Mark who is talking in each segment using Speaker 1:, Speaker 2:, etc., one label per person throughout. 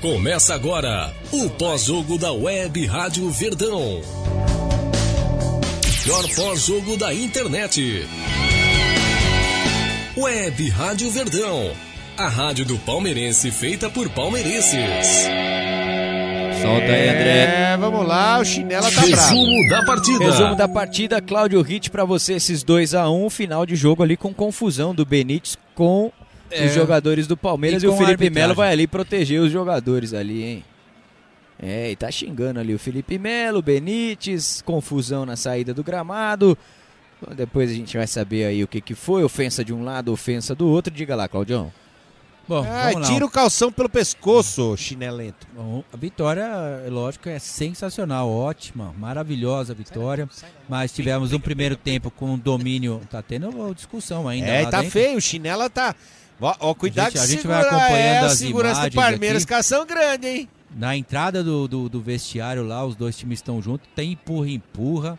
Speaker 1: Começa agora o pós-jogo da Web Rádio Verdão. Melhor pós-jogo da internet. Web Rádio Verdão. A rádio do palmeirense feita por palmeirenses.
Speaker 2: Solta aí, André.
Speaker 3: É, vamos lá, o chinela tá bravo.
Speaker 1: Resumo da partida.
Speaker 2: Resumo da partida, Cláudio Hit pra você, esses 2 a 1 final de jogo ali com confusão do Benítez com os jogadores do Palmeiras e,
Speaker 4: E
Speaker 2: o
Speaker 4: com a
Speaker 2: Felipe
Speaker 4: arbitragem.
Speaker 2: Melo vai ali proteger os jogadores ali, hein? É, e tá xingando ali o Felipe Melo, Benítez, confusão na saída do gramado. Depois a gente vai saber aí o que que foi, ofensa de um lado, ofensa do outro. Diga lá, Claudião.
Speaker 4: Bom,
Speaker 3: Ah,
Speaker 4: vamos lá.
Speaker 3: tira o calção pelo pescoço, chinelento.
Speaker 4: Bom, a vitória, é lógico, é sensacional, ótima, maravilhosa a vitória. Mas tivemos um primeiro tempo com domínio. Tá tendo discussão ainda.
Speaker 3: É,
Speaker 4: lá
Speaker 3: tá
Speaker 4: dentro.
Speaker 3: feio, o chinela tá. Ó, ó, cuidado
Speaker 4: gente- a
Speaker 3: que
Speaker 4: gente
Speaker 3: segura-
Speaker 4: vai acompanhando
Speaker 3: é, a
Speaker 4: as
Speaker 3: segurança do
Speaker 4: imagens
Speaker 3: Palmeiras,
Speaker 4: aqui.
Speaker 3: cação grande, hein?
Speaker 4: Na entrada do, do, do vestiário lá, os dois times estão juntos. Tem empurra, empurra.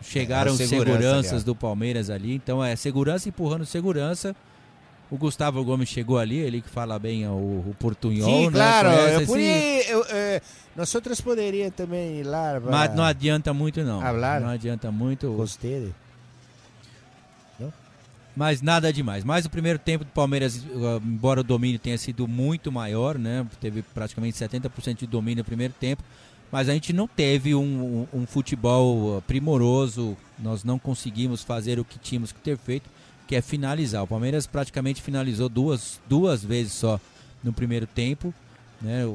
Speaker 4: Chegaram
Speaker 3: É,
Speaker 4: os
Speaker 3: segurança,
Speaker 4: seguranças
Speaker 3: aliás.
Speaker 4: do Palmeiras ali. Então é segurança empurrando segurança. O Gustavo Gomes chegou ali, ele que fala bem o, o portunhol,
Speaker 3: Sim,
Speaker 4: né?
Speaker 3: claro. é
Speaker 4: Conhece
Speaker 3: eu
Speaker 4: esse-
Speaker 3: podia, eu, é, nós outras poderia também ir lá.
Speaker 4: Mas não adianta muito, não.
Speaker 3: Hablar.
Speaker 4: Não adianta muito.
Speaker 3: Gostei. dele.
Speaker 4: Mas nada demais. Mas o primeiro tempo do Palmeiras, eh, embora o domínio tenha sido muito maior, né? Teve praticamente 70% de domínio no primeiro tempo. Mas a gente não teve um, um- um futebol eh, primoroso. Nós não conseguimos fazer o que tínhamos que ter feito, que é finalizar. O Palmeiras praticamente finalizou duas, duas vezes só no primeiro tempo. Né? O,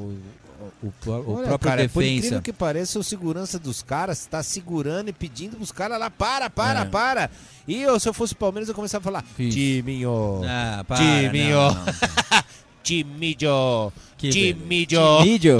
Speaker 4: o- o pró- o
Speaker 3: Olha,
Speaker 4: próprio
Speaker 3: cara, é Por
Speaker 4: defensa.
Speaker 3: incrível que pareça, o segurança dos caras tá segurando e pedindo pros caras lá, para, para,
Speaker 4: É.
Speaker 3: para. E eu, se eu fosse Palmeiras, eu começava a falar,
Speaker 4: Fiz.
Speaker 3: timinho,
Speaker 4: Ah, para,
Speaker 3: Timinho.
Speaker 4: não, não.
Speaker 3: timídio,
Speaker 4: Que
Speaker 3: timídio.
Speaker 2: Mídio.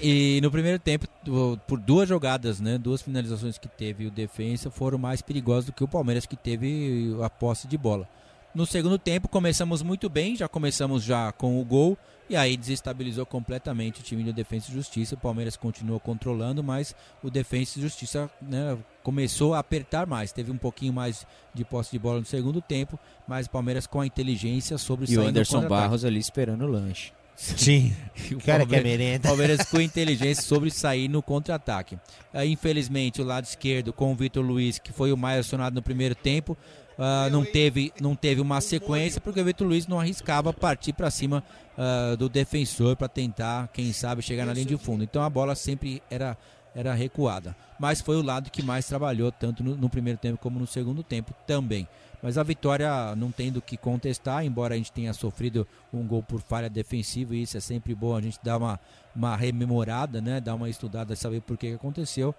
Speaker 4: E no primeiro tempo, tu- por duas jogadas, né, duas finalizações que teve o defensa foram mais perigosas do que o Palmeiras que teve a posse de bola. No segundo tempo começamos muito bem, já começamos já com o gol e aí desestabilizou completamente o time do Defensa e Justiça. O Palmeiras continuou controlando, mas o Defensa e Justiça né, começou a apertar mais, teve um pouquinho mais de posse de bola no segundo tempo, mas o Palmeiras com a inteligência sobre
Speaker 2: E o
Speaker 4: sair no
Speaker 2: Anderson
Speaker 4: contra-ataque.
Speaker 2: Barros ali esperando o lanche.
Speaker 3: Sim,
Speaker 4: E o
Speaker 3: cara que é
Speaker 4: Palmeiras-
Speaker 3: merenda.
Speaker 4: Palmeiras com inteligência sobre sair no contra-ataque. Aí, Infelizmente, o lado esquerdo com o Vitor Luiz, que foi o mais acionado no primeiro tempo, ah, não, teve, não teve uma sequência, porque o Vitor Luiz não arriscava partir para cima ah, do defensor para tentar, quem sabe, chegar na linha de fundo. Então a bola sempre era, era recuada. Mas foi o lado que mais trabalhou, tanto no, no primeiro tempo como no segundo tempo também. Mas a vitória não tem do que contestar, embora a gente tenha sofrido um gol por falha defensiva, e isso é sempre bom a gente dar uma, uma rememorada, né? Dar uma estudada, saber por que que aconteceu.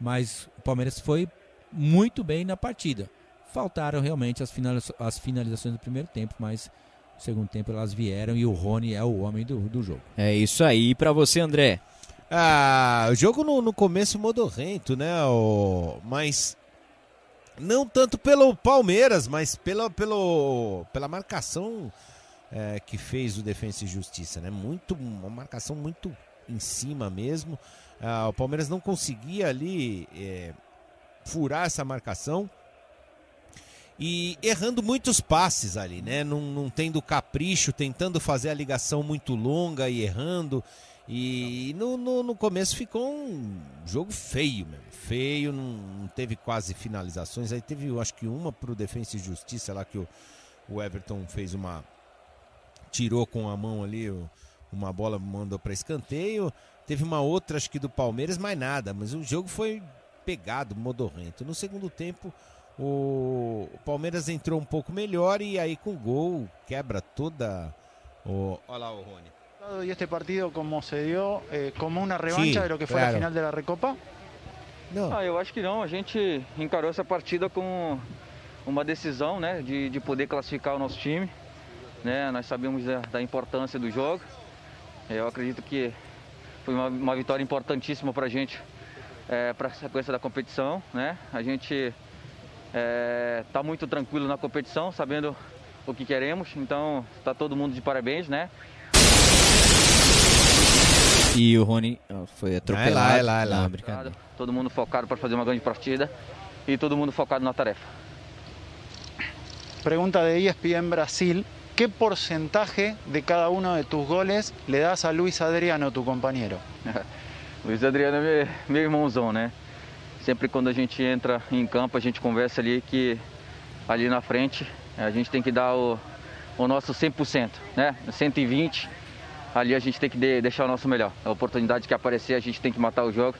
Speaker 4: Mas o Palmeiras foi muito bem na partida. Faltaram realmente as, finaliza- as finalizações do primeiro tempo, mas no segundo tempo elas vieram e o Rony é o homem do, do jogo.
Speaker 2: É isso aí pra você, André.
Speaker 3: Ah, o jogo no, no começo modorrento, né? O, mas não tanto pelo Palmeiras, mas pela, pelo, pela marcação eh, que fez o Defensa e Justiça, né? Muito, uma marcação muito em cima mesmo. Ah, o Palmeiras não conseguia ali eh, furar essa marcação e errando muitos passes ali, né? Não, não tendo capricho, tentando fazer a ligação muito longa e errando. E no, no, no começo ficou um jogo feio mesmo. Feio, não, não teve quase finalizações. Aí teve, eu acho que uma pro Defensa e Justiça lá que o, o Everton fez uma. Tirou com a mão ali o- uma bola, mandou para escanteio. Teve uma outra, acho que do Palmeiras, mais nada. Mas o jogo foi pegado, modorrento. No segundo tempo, o, o Palmeiras entrou um pouco melhor e aí com o gol quebra toda. o- Olha lá o Rony.
Speaker 5: Y este partido como se dio, eh, como una revancha
Speaker 3: Sí,
Speaker 5: de lo que fue
Speaker 3: claro.
Speaker 5: la final de la Recopa.
Speaker 3: Não.
Speaker 6: Ah, eu acho que não. A gente encarou essa partida com uma decisão, né, de, de poder classificar o nosso time. Né, nós sabemos da, da importância do jogo. Eu acredito que foi uma, uma vitória importantíssima para a gente, para a sequência da competição, né? A gente está muito tranquilo na competição, sabendo o que queremos. Então, está todo mundo de parabéns, né?
Speaker 2: E o Rony ó, foi atropelado.
Speaker 3: é lá, é lá.
Speaker 2: Não, brincadeira.
Speaker 6: Todo mundo focado para fazer uma grande partida e todo mundo focado na tarefa.
Speaker 5: E Pregunta de ESPN Brasil ¿Qué porcentaje de cada uno de tus goles le das a Luis Adriano, tu compañero?
Speaker 6: Luiz Adriano é meu, meu irmãozão, né? Sempre quando a gente entra em campo, a gente conversa ali que ali na frente a gente tem que dar o, o nosso 100%, né? 120, ali a gente tem que de- deixar o nosso melhor. A oportunidade que aparecer, a gente tem que matar o jogo.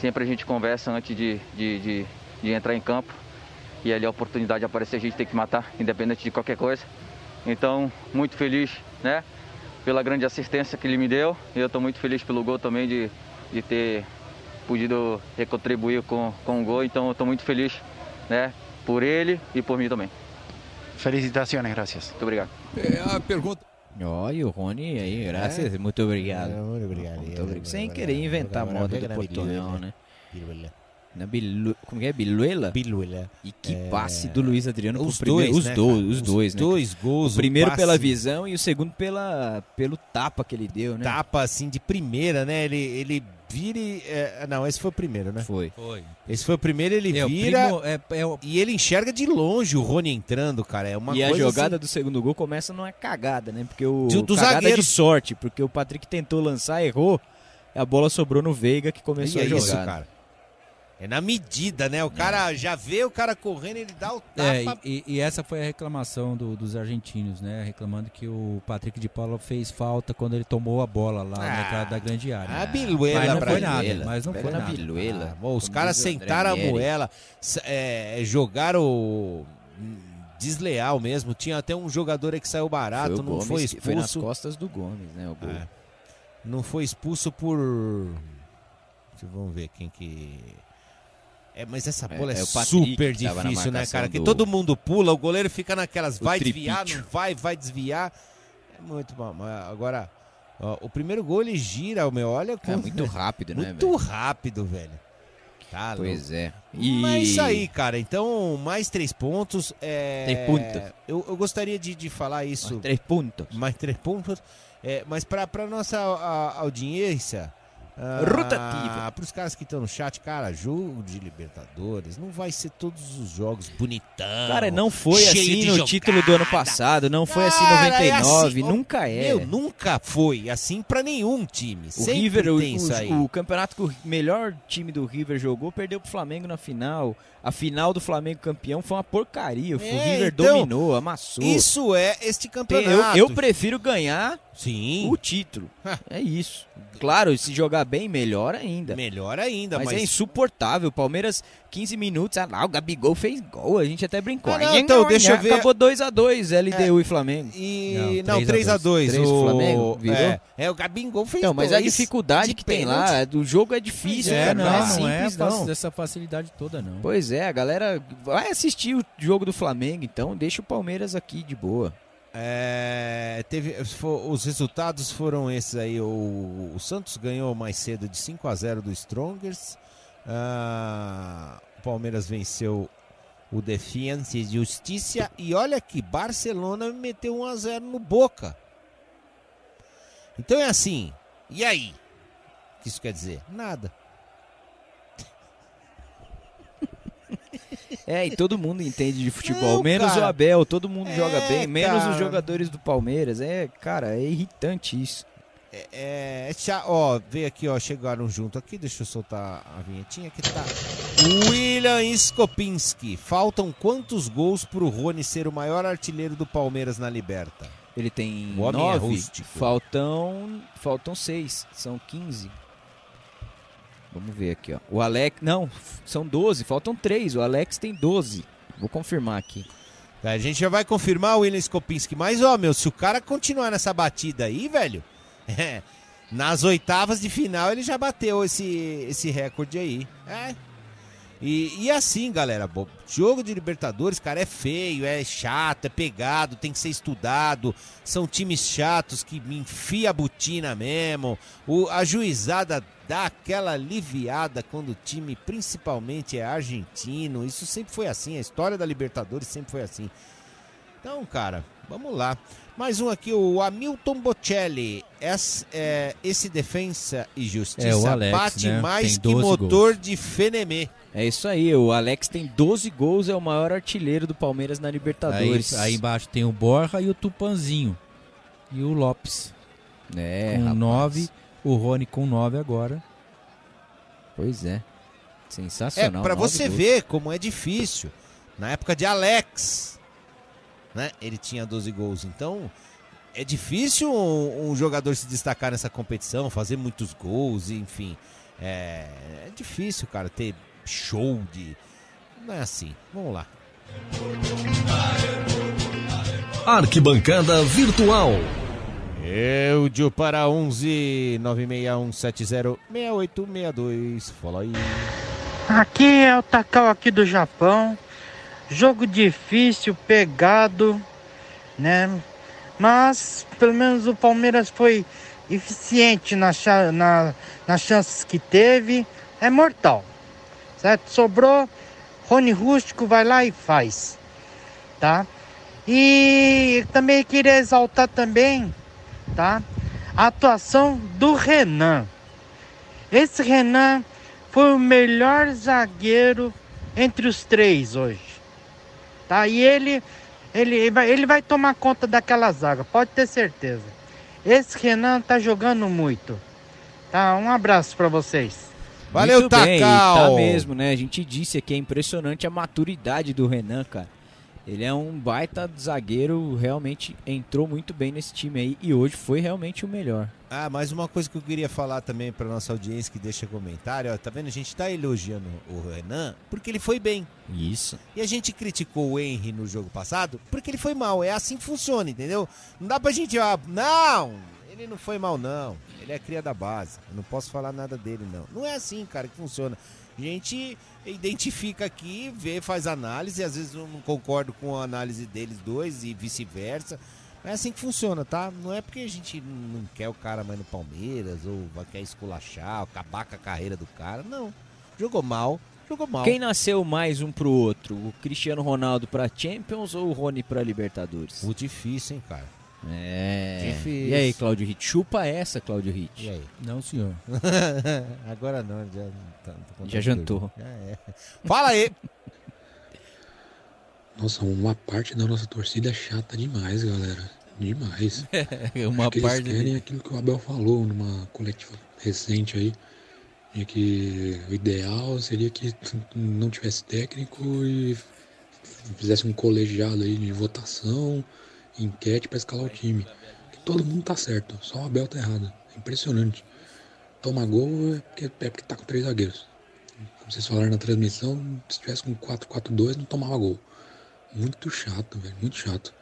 Speaker 6: Sempre a gente conversa antes de, de, de, de entrar em campo. E ali a oportunidade aparecer, a gente tem que matar, independente de qualquer coisa. Então, muito feliz, né? Pela grande assistência que ele me deu. E eu estou muito feliz pelo gol também de, de ter podido recontribuir com, com o gol. Então, eu estou muito feliz, né? Por ele e por mim também.
Speaker 5: Felicitaciones, gracias.
Speaker 6: Muito obrigado.
Speaker 7: É a pergunta.
Speaker 2: Olha o Rony aí, graças, muito obrigado.
Speaker 3: É, muito obrigado.
Speaker 2: Muito obrigado. Sem
Speaker 3: Obrigado.
Speaker 2: querer inventar
Speaker 3: Obrigado.
Speaker 2: moda do
Speaker 3: Obrigado.
Speaker 2: Portunhol, né?
Speaker 3: Biluela.
Speaker 2: Na Bilu... Como que é? Biluela?
Speaker 3: Biluela. É.
Speaker 2: E que passe do Luiz Adriano pro
Speaker 3: Os
Speaker 2: primeiro.
Speaker 3: dois,
Speaker 2: os
Speaker 3: né,
Speaker 2: dois,
Speaker 3: cara?
Speaker 2: os dois, né?
Speaker 3: dois gols.
Speaker 2: O primeiro
Speaker 3: um
Speaker 2: pela
Speaker 3: passe,
Speaker 2: visão e o segundo pela, pelo tapa que ele deu, né?
Speaker 3: Tapa assim de primeira, né? Ele, ele vira e. é, não, esse foi o primeiro, né?
Speaker 2: Foi.
Speaker 4: Foi.
Speaker 3: Esse foi o primeiro, ele
Speaker 4: É, o
Speaker 3: vira
Speaker 4: primo- é, é o-
Speaker 3: e ele enxerga de longe o Rony entrando, cara. É uma
Speaker 2: e a
Speaker 3: coisa
Speaker 2: jogada
Speaker 3: assim,
Speaker 2: do segundo gol começa numa cagada, né? Porque o
Speaker 3: Do- do
Speaker 2: cagada
Speaker 3: zagueiro.
Speaker 2: de sorte, porque o Patrick tentou lançar, errou, a bola sobrou no Veiga que começou
Speaker 3: e é
Speaker 2: a jogar.
Speaker 3: isso, cara. É na medida, né? O
Speaker 2: É.
Speaker 3: cara já vê o cara correndo, ele dá o
Speaker 2: Tá,
Speaker 4: é,
Speaker 3: tapa.
Speaker 4: e, e essa foi a reclamação do- dos argentinos, né? Reclamando que o Patrick de Paula fez falta quando ele tomou a bola lá na
Speaker 3: Ah,
Speaker 4: entrada da grande área.
Speaker 3: a biluela
Speaker 4: Mas não
Speaker 3: pra
Speaker 4: foi
Speaker 3: ele.
Speaker 4: nada,
Speaker 2: Vilela.
Speaker 4: mas não
Speaker 2: Pega
Speaker 4: foi
Speaker 2: na
Speaker 4: nada.
Speaker 2: Vilela.
Speaker 3: Ah, bom, os
Speaker 2: Como
Speaker 3: caras
Speaker 2: diz o André
Speaker 3: sentaram a
Speaker 2: Mieri.
Speaker 3: moela, s- é, jogaram hum, desleal mesmo. Tinha até um jogador aí que saiu
Speaker 2: Foi
Speaker 3: barato,
Speaker 2: o
Speaker 3: não
Speaker 2: Gomes
Speaker 3: foi
Speaker 2: que- foi nas
Speaker 3: expulso.
Speaker 2: costas do Gomes, né? O gol.
Speaker 3: É. não foi expulso por. Deixa eu- Vamos ver quem que. É, mas essa
Speaker 2: É,
Speaker 3: bola é,
Speaker 2: é o Patrick
Speaker 3: super
Speaker 2: que tava na
Speaker 3: difícil, né,
Speaker 2: marcação
Speaker 3: cara? Que
Speaker 2: do-
Speaker 3: todo mundo pula, o goleiro fica naquelas,
Speaker 2: O
Speaker 3: vai desviar,
Speaker 2: tripítio.
Speaker 3: não vai, vai desviar. É muito bom. mas Agora, ó, o primeiro gol ele gira, o meu, olha
Speaker 2: É
Speaker 3: como-
Speaker 2: muito rápido, né,
Speaker 3: muito
Speaker 2: velho?
Speaker 3: rápido, velho. Tá louco.
Speaker 2: Pois é. E...
Speaker 3: Mas é isso aí, cara. Então, mais três pontos. É...
Speaker 2: Três pontos.
Speaker 3: Eu, eu gostaria de, de falar
Speaker 2: Mas
Speaker 3: isso.
Speaker 2: Três pontos.
Speaker 3: Mais três pontos. É, mas para a nossa a- audiência. ah,
Speaker 2: Rotativa.
Speaker 3: Para os caras que estão no chat, cara, jogo de Libertadores. Não vai ser todos os jogos bonitão.
Speaker 2: Cara, não foi
Speaker 3: cheio
Speaker 2: assim
Speaker 3: de
Speaker 2: no
Speaker 3: jogada.
Speaker 2: título do ano passado, não foi assim em
Speaker 3: Cara, é
Speaker 2: 99,
Speaker 3: assim, ó,
Speaker 2: nunca é.
Speaker 3: Meu, nunca foi assim para nenhum time.
Speaker 2: O
Speaker 3: Sempre
Speaker 2: River, o,
Speaker 3: tem isso aí.
Speaker 2: o- o campeonato que o melhor time do River jogou, perdeu pro Flamengo na final. A final do Flamengo campeão foi uma porcaria. o
Speaker 3: É,
Speaker 2: River
Speaker 3: então,
Speaker 2: dominou, amassou.
Speaker 3: Isso é este
Speaker 2: Tem-
Speaker 3: campeonato.
Speaker 2: eu, eu prefiro ganhar
Speaker 3: Sim.
Speaker 2: o título. É isso. Claro, se jogar bem, melhor ainda.
Speaker 3: Melhor ainda,
Speaker 2: Mas,
Speaker 3: mas,
Speaker 2: é insuportável. Palmeiras, 15 minutos. Ah lá, o Gabigol fez gol. A gente até brincou. é
Speaker 3: Ah, não, então, deixa eu ver. É,
Speaker 2: Acabou 2x2 LDU e Flamengo.
Speaker 3: E
Speaker 4: Não,
Speaker 3: não,
Speaker 4: três a
Speaker 3: 3 a 2
Speaker 2: Três
Speaker 3: o
Speaker 2: pro Flamengo, virou?
Speaker 3: É, é o Gabigol fez
Speaker 2: Então, mas a
Speaker 3: dois
Speaker 2: dificuldade
Speaker 3: de
Speaker 2: que tem
Speaker 3: pênalti.
Speaker 2: lá, do jogo é difícil,
Speaker 4: É,
Speaker 2: cara,
Speaker 4: não,
Speaker 2: não é
Speaker 4: não é
Speaker 2: simples, não.
Speaker 4: fac- essa facilidade toda, não.
Speaker 2: Pois é, a galera vai assistir o jogo do Flamengo, então deixa o Palmeiras aqui de boa.
Speaker 3: É, teve, fo- os resultados foram esses aí. O, o Santos ganhou mais cedo de 5 a 0 do Strongers. Ah, o Palmeiras venceu o Defiance de Justiça. E olha que Barcelona meteu 1 a 0 no Boca. Então é assim. E aí? O que isso quer dizer? Nada.
Speaker 2: É, e todo mundo entende de futebol,
Speaker 3: Não,
Speaker 2: menos
Speaker 3: cara.
Speaker 2: o Abel, todo mundo
Speaker 3: É,
Speaker 2: joga bem, menos os
Speaker 3: cara.
Speaker 2: jogadores do Palmeiras. É, cara, é irritante isso.
Speaker 3: É, é cha- ó, veio aqui, ó, chegaram junto aqui, deixa eu soltar a vinhetinha que tá. William Skopinski, faltam quantos gols pro Rony ser o maior artilheiro do Palmeiras na Liberta?
Speaker 2: Ele tem
Speaker 3: O homem é
Speaker 2: nove,
Speaker 3: rústico.
Speaker 2: faltam, faltam seis, são 15. Vamos ver aqui, ó. O Alex, não, f- são 12, faltam três, o Alex tem 12. Vou confirmar aqui.
Speaker 3: A gente já vai confirmar o William Skopinski, mas ó, meu, se o cara continuar nessa batida aí, velho, é, nas oitavas de final ele já bateu esse, esse recorde aí. É. E, e assim, galera, bo- jogo de Libertadores, cara, é feio, é chato, é pegado, tem que ser estudado. São times chatos que me enfia a botina mesmo. O, a juizada dá aquela aliviada quando o time principalmente é argentino. Isso sempre foi assim, a história da Libertadores sempre foi assim. Então, cara, vamos lá. Mais um aqui, o Hamilton Bocelli. Essa- é, esse Defensa e Justiça
Speaker 4: Alex,
Speaker 3: bate
Speaker 4: né?
Speaker 3: mais
Speaker 4: Tem
Speaker 3: que
Speaker 4: 12
Speaker 3: motor de Fenemê.
Speaker 2: É isso aí, o Alex tem 12 gols, é o maior artilheiro do Palmeiras na
Speaker 4: Aí,
Speaker 2: Libertadores.
Speaker 4: aí embaixo tem o Borja e o Tupanzinho. E o Lopes
Speaker 2: é,
Speaker 4: com
Speaker 2: rapaz.
Speaker 4: 9. O Rony com 9 agora.
Speaker 2: Pois é.
Speaker 3: É,
Speaker 2: Sensacional.
Speaker 3: pra
Speaker 2: nove
Speaker 3: você
Speaker 2: gols.
Speaker 3: ver como é difícil. Na época de Alex, né? Ele tinha 12 gols. Então, é difícil um, um jogador se destacar nessa competição, fazer muitos gols, enfim. É, é difícil, cara, ter show de. Não é assim. Vamos lá.
Speaker 1: Arquibancada Virtual.
Speaker 3: Eudio para 11 96170 6862. Fala aí.
Speaker 7: Aqui é o Takao aqui do Japão. Jogo difícil, pegado, né? Mas pelo menos o Palmeiras foi eficiente na, cha- na- nas chances que teve. É mortal. Certo? Sobrou, Rony Rústico vai lá e faz. Tá? E também queria exaltar também, tá? A atuação do Renan. Esse Renan foi o melhor zagueiro entre os três hoje. Tá? E ele, ele, vai- ele vai tomar conta daquela zaga, pode ter certeza. Esse Renan tá jogando muito. Tá? Um abraço para vocês.
Speaker 3: Valeu,
Speaker 2: Muito bem, e
Speaker 3: Takao.
Speaker 2: Tá mesmo, né? A gente disse aqui, é impressionante a maturidade do Renan, cara. Ele é um baita zagueiro, realmente entrou muito bem nesse time aí e hoje foi realmente o melhor.
Speaker 3: Ah, mais uma coisa que eu queria falar também para nossa audiência que deixa comentário, ó, tá vendo? A gente tá elogiando o Renan porque ele foi bem.
Speaker 2: Isso.
Speaker 3: E a gente criticou o Henry no jogo passado porque ele foi mal. É assim que funciona, entendeu? Não dá pra gente, ah, não, ele não foi mal não. Ele é cria da base. Eu não posso falar nada dele não. Não é assim, cara, que funciona. A gente identifica aqui, vê, faz análise, às vezes eu não concordo com a análise deles dois e vice-versa. É assim que funciona, tá? Não é porque a gente não quer o cara mais no Palmeiras ou vai- quer esculachar, acabar com a carreira do cara. Não. Jogou mal, jogou mal.
Speaker 2: Quem nasceu mais um pro outro? O Cristiano Ronaldo pra Champions ou o Rony pra Libertadores?
Speaker 3: O difícil, hein, cara.
Speaker 2: É.
Speaker 3: Difícil.
Speaker 2: E aí, Cláudio Hit? Chupa essa, Cláudio
Speaker 3: E
Speaker 2: Hit.
Speaker 3: aí?
Speaker 4: Não, senhor.
Speaker 3: Agora não, já tá- tá com
Speaker 2: Já
Speaker 3: vontade de
Speaker 2: jantou.
Speaker 3: dormir. Já é. Fala aí!
Speaker 8: Nossa, uma parte da nossa torcida é chata demais, galera. Demais.
Speaker 4: É, Uma
Speaker 8: Acho que
Speaker 4: parte
Speaker 8: eles querem
Speaker 4: dele.
Speaker 8: aquilo que o Abel falou numa coletiva recente aí, de que o ideal seria que t- não tivesse técnico e f- fizesse um colegiado aí de votação, enquete pra escalar o time. Que todo mundo tá certo, só o Abel tá errado. É impressionante. Toma gol é porque, é porque tá com três zagueiros. Como vocês falaram na transmissão, se tivesse um com 4-4-2 não tomava gol. Muito chato, velho, muito chato.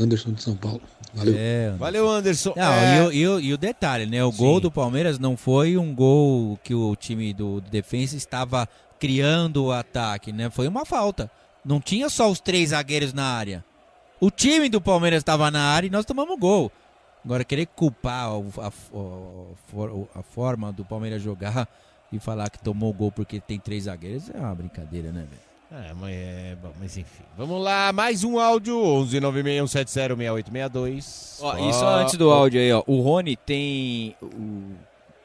Speaker 8: Anderson de São Paulo. Valeu.
Speaker 4: É,
Speaker 3: Valeu, Anderson.
Speaker 4: Não,
Speaker 3: É,
Speaker 4: e, o, e o- e o detalhe, né? O gol do Palmeiras não foi um gol que o time do do defensa estava criando o ataque, né? Foi uma falta. Não tinha só os três zagueiros na área. O time do Palmeiras estava na área e nós tomamos gol. Agora, querer culpar o- a, o- for- o- a forma do Palmeiras jogar e falar que tomou o gol porque tem três zagueiros é uma brincadeira, né, velho?
Speaker 3: é, mas, é, bom, mas enfim. Vamos lá, mais um áudio: 11 961706862.
Speaker 2: Ó, e só antes do áudio aí, ó. O Rony tem o,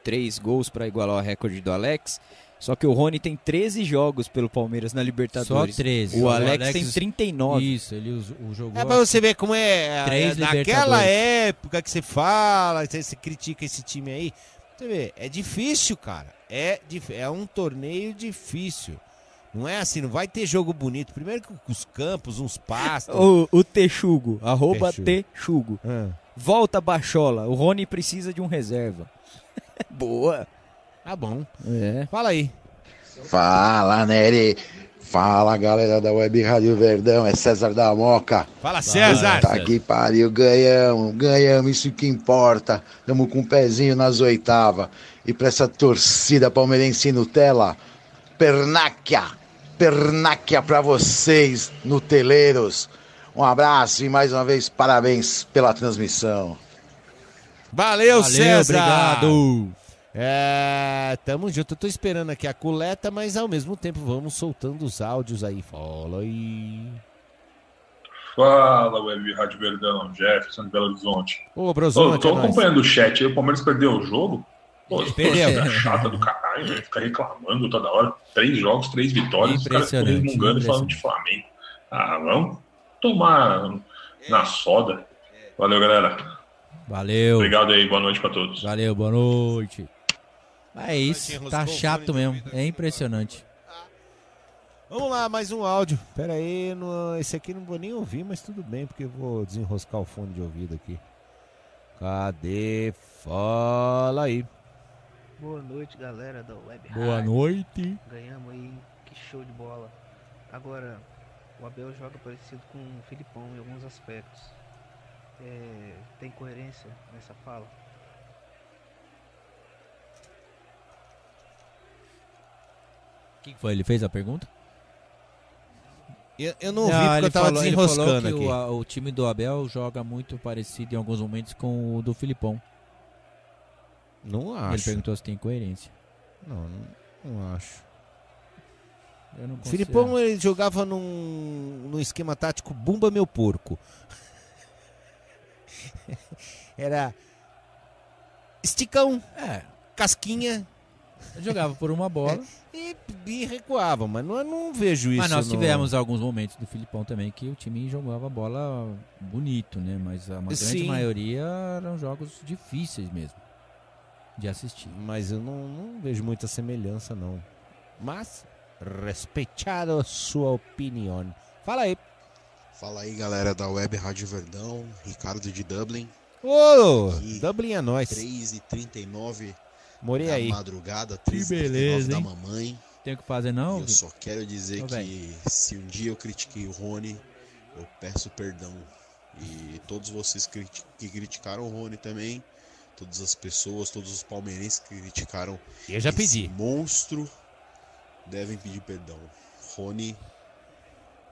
Speaker 2: três gols pra igualar o recorde do Alex. Só que o Rony tem 13 jogos pelo Palmeiras na
Speaker 3: Tá
Speaker 4: Só
Speaker 2: Libertadores.
Speaker 4: 13.
Speaker 2: O Alex, tem 39.
Speaker 4: Isso, ele us- o jogou.
Speaker 3: É pra você ver como é.
Speaker 4: Três
Speaker 3: é, naquela
Speaker 4: Libertadores.
Speaker 3: época que você fala, que você, você critica esse time aí. Você vê, é difícil, cara. É, dif- é um torneio difícil. Não é assim, não vai ter jogo bonito. Primeiro que os campos, uns pastos.
Speaker 2: O, o Texugo, arroba
Speaker 3: Texugo.
Speaker 2: Texugo.
Speaker 3: Ah.
Speaker 2: Volta Bachola, o Rony precisa de um reserva. Boa.
Speaker 3: Tá bom.
Speaker 2: É.
Speaker 3: Fala aí.
Speaker 9: Fala, Nery! Fala, galera da Web Rádio Verdão, é César da Moca.
Speaker 3: Fala, César.
Speaker 9: Tá que pariu, ganhamos, ganhamos, isso que importa. Tamo com um pezinho nas oitavas. E pra essa torcida palmeirense Nutella, pernáquia, pernáquia pra vocês, Nuteleiros. Um abraço e mais uma vez parabéns pela transmissão.
Speaker 3: Valeu,
Speaker 4: Valeu,
Speaker 3: César.
Speaker 4: obrigado.
Speaker 3: É, tamo junto. Eu tô esperando aqui a coleta, mas ao mesmo tempo vamos soltando os áudios aí. Fala aí.
Speaker 10: Fala, Web Rádio Verdão, Jefferson de Belo Horizonte.
Speaker 3: Ô, é
Speaker 10: Ô,
Speaker 3: Brosão,
Speaker 4: é
Speaker 10: tô acompanhando o chat aí, o Palmeiras perdeu o jogo? Pô,
Speaker 4: Perdeu.
Speaker 10: torcida chata do caralho, né? Fica reclamando toda hora. Três jogos, três vitórias, os caras ficam
Speaker 4: Impressionante,
Speaker 10: resmungando e falando de Flamengo. Ah, vamos tomar na soda. Valeu, galera.
Speaker 4: Valeu.
Speaker 10: Obrigado aí, boa noite pra todos.
Speaker 4: Valeu, boa noite. Mas É isso,
Speaker 3: Noitinha,
Speaker 4: tá
Speaker 3: roscou o
Speaker 4: chato
Speaker 3: fone de tá?
Speaker 4: mesmo. É impressionante.
Speaker 3: Vamos lá, mais um áudio. Pera aí, não- esse aqui não vou nem ouvir, mas tudo bem, porque eu vou desenroscar o fone de ouvido aqui. Cadê? Fala aí.
Speaker 11: Boa noite, galera da Web
Speaker 4: Boa
Speaker 11: Rádio.
Speaker 4: noite.
Speaker 11: Ganhamos aí, que show de bola. Agora, o Abel joga parecido com o Filipão em alguns aspectos. É, tem coerência nessa fala?
Speaker 4: O que que foi? Ele fez a pergunta?
Speaker 3: Eu, eu não ouvi porque
Speaker 4: ele
Speaker 3: eu tava
Speaker 4: falou- ele falou
Speaker 3: desenroscando
Speaker 4: que
Speaker 3: aqui.
Speaker 4: O, a- o time do Abel joga muito parecido em alguns momentos com o do Filipão.
Speaker 3: Não
Speaker 4: Ele
Speaker 3: acho.
Speaker 4: perguntou se tem coerência.
Speaker 3: Não, não, não acho.
Speaker 4: Eu não
Speaker 3: O
Speaker 4: consigo-
Speaker 3: Filipão ele jogava num, num esquema tático Bumba Meu Porco. Era esticão,
Speaker 4: É,
Speaker 3: casquinha É,
Speaker 4: jogava por uma bola.
Speaker 3: e, e recuava, mas não, eu não vejo isso.
Speaker 4: Mas nós
Speaker 3: no-
Speaker 4: tivemos alguns momentos do Filipão também que o time jogava bola bonito, né? Mas a uma grande
Speaker 3: Sim.
Speaker 4: maioria eram jogos difíceis mesmo de assistir.
Speaker 3: Mas eu não, não vejo muita semelhança, não. Mas, respeitado a sua opinião. Fala aí.
Speaker 12: Fala aí, galera da Web Rádio Verdão, Ricardo de Dublin,
Speaker 3: Ô,
Speaker 12: E-
Speaker 3: Dublin é nós.
Speaker 12: 3h39
Speaker 3: Morei
Speaker 12: da
Speaker 3: aí.
Speaker 12: madrugada, 3h39
Speaker 4: beleza,
Speaker 12: da
Speaker 4: hein?
Speaker 12: mamãe.
Speaker 4: Tem o que fazer
Speaker 12: E
Speaker 4: não?
Speaker 12: eu só quero dizer
Speaker 4: Ô,
Speaker 12: que se um dia eu critiquei o Rony, eu peço perdão. E todos vocês criti- que criticaram o Rony também, todas as pessoas, todos os palmeirenses que criticaram
Speaker 3: Eu já
Speaker 12: esse
Speaker 3: pedi.
Speaker 12: monstro, devem pedir perdão. Rony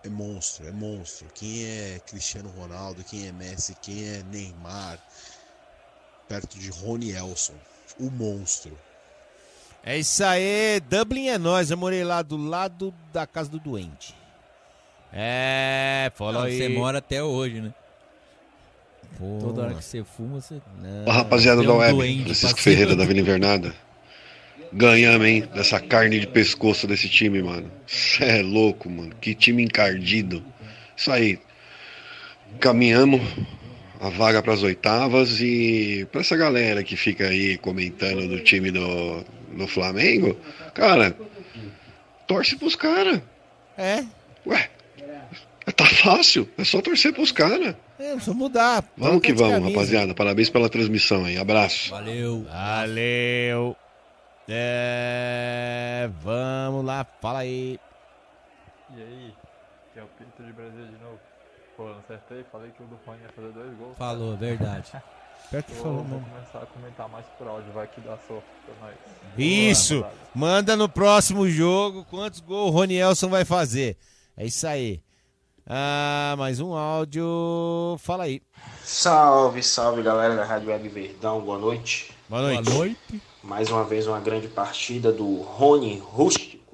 Speaker 12: é monstro, é monstro. Quem é Cristiano Ronaldo, quem é Messi, quem é Neymar, perto de Rony Elson, o monstro.
Speaker 3: É isso aí, Dublin é nós. Eu morei lá do lado da casa do doente. É, fala
Speaker 4: Não,
Speaker 3: aí.
Speaker 4: Você mora até hoje, né?
Speaker 3: Pô,
Speaker 4: Toda hora que você fuma, você.
Speaker 3: não.
Speaker 13: Ó, rapaziada
Speaker 4: Tem
Speaker 13: da
Speaker 4: um
Speaker 13: web,
Speaker 4: doente
Speaker 13: Francisco
Speaker 4: pra
Speaker 13: Ferreira
Speaker 4: cima.
Speaker 13: da Vila Invernada. Ganhamos, hein, dessa carne de pescoço desse time, mano. Cê é louco, mano. Que time encardido. Isso aí. Caminhamos a vaga pras oitavas e pra essa galera que fica aí comentando do time do, do Flamengo, cara, torce pros caras.
Speaker 3: É,
Speaker 13: Ué, tá fácil. É só torcer pros caras.
Speaker 3: é, só mudar.
Speaker 13: Vamos
Speaker 3: Troca
Speaker 13: que
Speaker 3: de
Speaker 13: vamos,
Speaker 3: camisa.
Speaker 13: rapaziada. Parabéns pela transmissão aí. Abraço.
Speaker 4: Valeu.
Speaker 3: Valeu. É, vamos lá, fala aí.
Speaker 14: E aí, que é o Pinto de Brasília de novo. Pô, não acertei, falei que o do Rony ia fazer dois gols.
Speaker 4: Falou, verdade.
Speaker 3: Pior que
Speaker 14: Vou,
Speaker 3: falou
Speaker 14: vou
Speaker 3: mesmo.
Speaker 14: começar a comentar mais por áudio, vai que dá sorte pra nós.
Speaker 3: Isso.
Speaker 14: Boa, rapaziada.
Speaker 3: Manda no próximo jogo quantos gols o Ronielson vai fazer. É isso aí. Ah, mais um áudio. Fala aí.
Speaker 15: Salve, salve galera da Rádio Web Verdão, boa noite.
Speaker 3: Boa noite. Boa noite.
Speaker 15: Mais uma vez uma grande partida do Rony Rústico,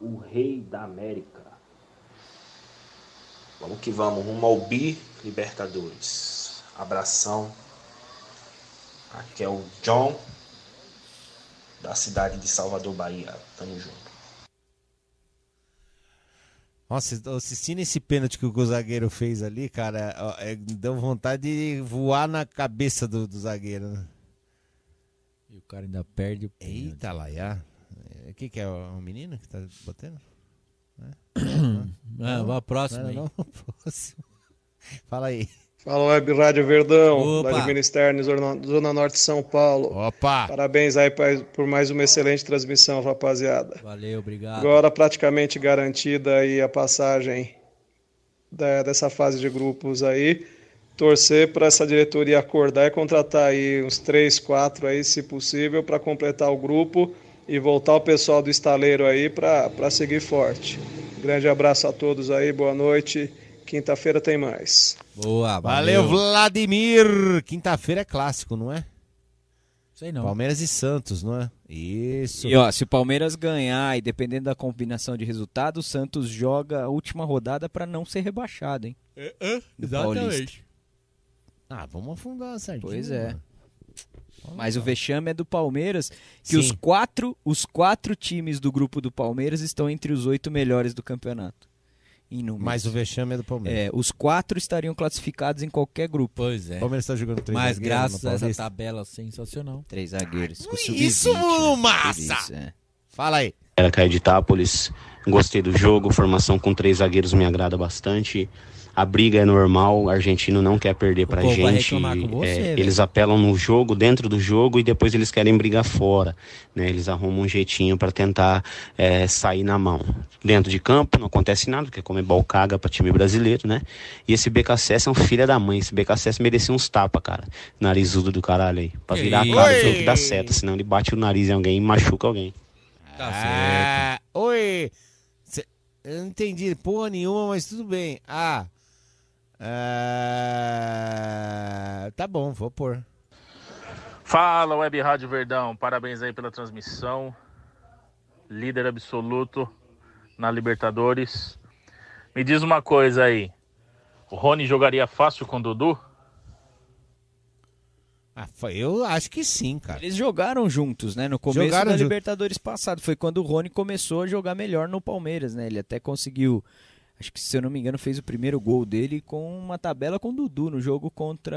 Speaker 15: o rei da América. Vamos que vamos, rumo ao Bi Libertadores. Abração. Aqui é o John, da cidade de Salvador, Bahia. Tamo junto.
Speaker 3: Nossa, assistindo esse pênalti que o zagueiro fez ali, cara, ó, é, deu vontade de voar na cabeça do, do zagueiro. Né?
Speaker 4: E o cara ainda perde o pênalti.
Speaker 3: Eita, Laiá. O que, que é? O menino que tá botando? Né?
Speaker 4: Ah, vá próximo
Speaker 3: Não,
Speaker 4: aí.
Speaker 3: não, não, próximo. Fala aí.
Speaker 16: Fala Web Rádio Verdão,
Speaker 4: Opa.
Speaker 16: da Divina Stern, Zona, Zona Norte de São Paulo.
Speaker 3: Opa!
Speaker 16: Parabéns aí pra- por mais uma excelente transmissão, rapaziada.
Speaker 4: Valeu, obrigado.
Speaker 16: Agora praticamente garantida aí a passagem da- dessa fase de grupos aí. Torcer para essa diretoria acordar e contratar aí uns três, quatro aí, se possível, para completar o grupo e voltar o pessoal do estaleiro aí para seguir forte. Grande abraço a todos aí, boa noite. Quinta-feira tem mais.
Speaker 4: Boa,
Speaker 3: Valeu,
Speaker 4: valeu.
Speaker 3: Vladimir! Quinta-feira é clássico, não é?
Speaker 4: Sei não.
Speaker 3: Palmeiras e Santos, não é? Isso.
Speaker 2: E ó, se o Palmeiras ganhar e dependendo da combinação de resultado, o Santos joga a última rodada pra não ser rebaixado, hein?
Speaker 3: É,
Speaker 4: Exatamente.
Speaker 3: Ah, vamos afundar a sardinha.
Speaker 2: Pois é.
Speaker 3: mano.
Speaker 2: Mas o vexame é do Palmeiras, que
Speaker 4: Sim.
Speaker 2: os quatro, os quatro times do grupo do Palmeiras estão entre os oito melhores do campeonato. Em números.
Speaker 3: Mas o vexame é do Palmeiras.
Speaker 2: É, os quatro estariam classificados em qualquer grupo.
Speaker 4: Pois é.
Speaker 3: O Palmeiras está tá jogando três
Speaker 4: Mas
Speaker 3: zagueiros
Speaker 4: graças
Speaker 3: no
Speaker 4: a essa
Speaker 3: Paulista.
Speaker 4: tabela sensacional.
Speaker 2: Três zagueiros.
Speaker 3: com Isso, sub-vinte, massa! por isso,
Speaker 13: é.
Speaker 3: Fala aí.
Speaker 17: Era Caio de Itápolis. Gostei do jogo, formação com três zagueiros me agrada bastante. A briga é normal, o argentino não quer perder pra
Speaker 4: povo vai
Speaker 17: gente.
Speaker 4: reclamar com você,
Speaker 17: É,
Speaker 4: velho.
Speaker 17: eles apelam no jogo, dentro do jogo, e depois eles querem brigar fora. né? Eles arrumam um jeitinho pra tentar é, sair na mão. Dentro de campo não acontece nada, porque comer bal caga pra time brasileiro, né? E esse BKSS é um filho da mãe. Esse BKSS merecia uns tapas, cara. Narizudo do caralho aí. Pra
Speaker 4: Que
Speaker 17: virar a
Speaker 4: isso?
Speaker 17: cara,
Speaker 4: Oi!
Speaker 17: tem que dar seta, senão ele bate o nariz em alguém e machuca alguém.
Speaker 4: Tá
Speaker 3: Ah, oi! Cê- eu não entendi porra nenhuma, mas tudo bem. Ah. ah, tá bom, vou pôr.
Speaker 18: Fala Web Rádio Verdão, parabéns aí pela transmissão. Líder absoluto na Libertadores. Me diz uma coisa aí. O Rony jogaria fácil com o Dudu?
Speaker 3: Ah, foi- eu acho que sim, cara.
Speaker 2: Eles jogaram juntos, né? No começo
Speaker 3: Jogaram
Speaker 2: da
Speaker 3: junto.
Speaker 2: Libertadores passado. Foi quando o Rony começou a jogar melhor no Palmeiras, né? Ele até conseguiu. Acho que, se eu não me engano, fez o primeiro gol dele com uma tabela com o Dudu no jogo contra.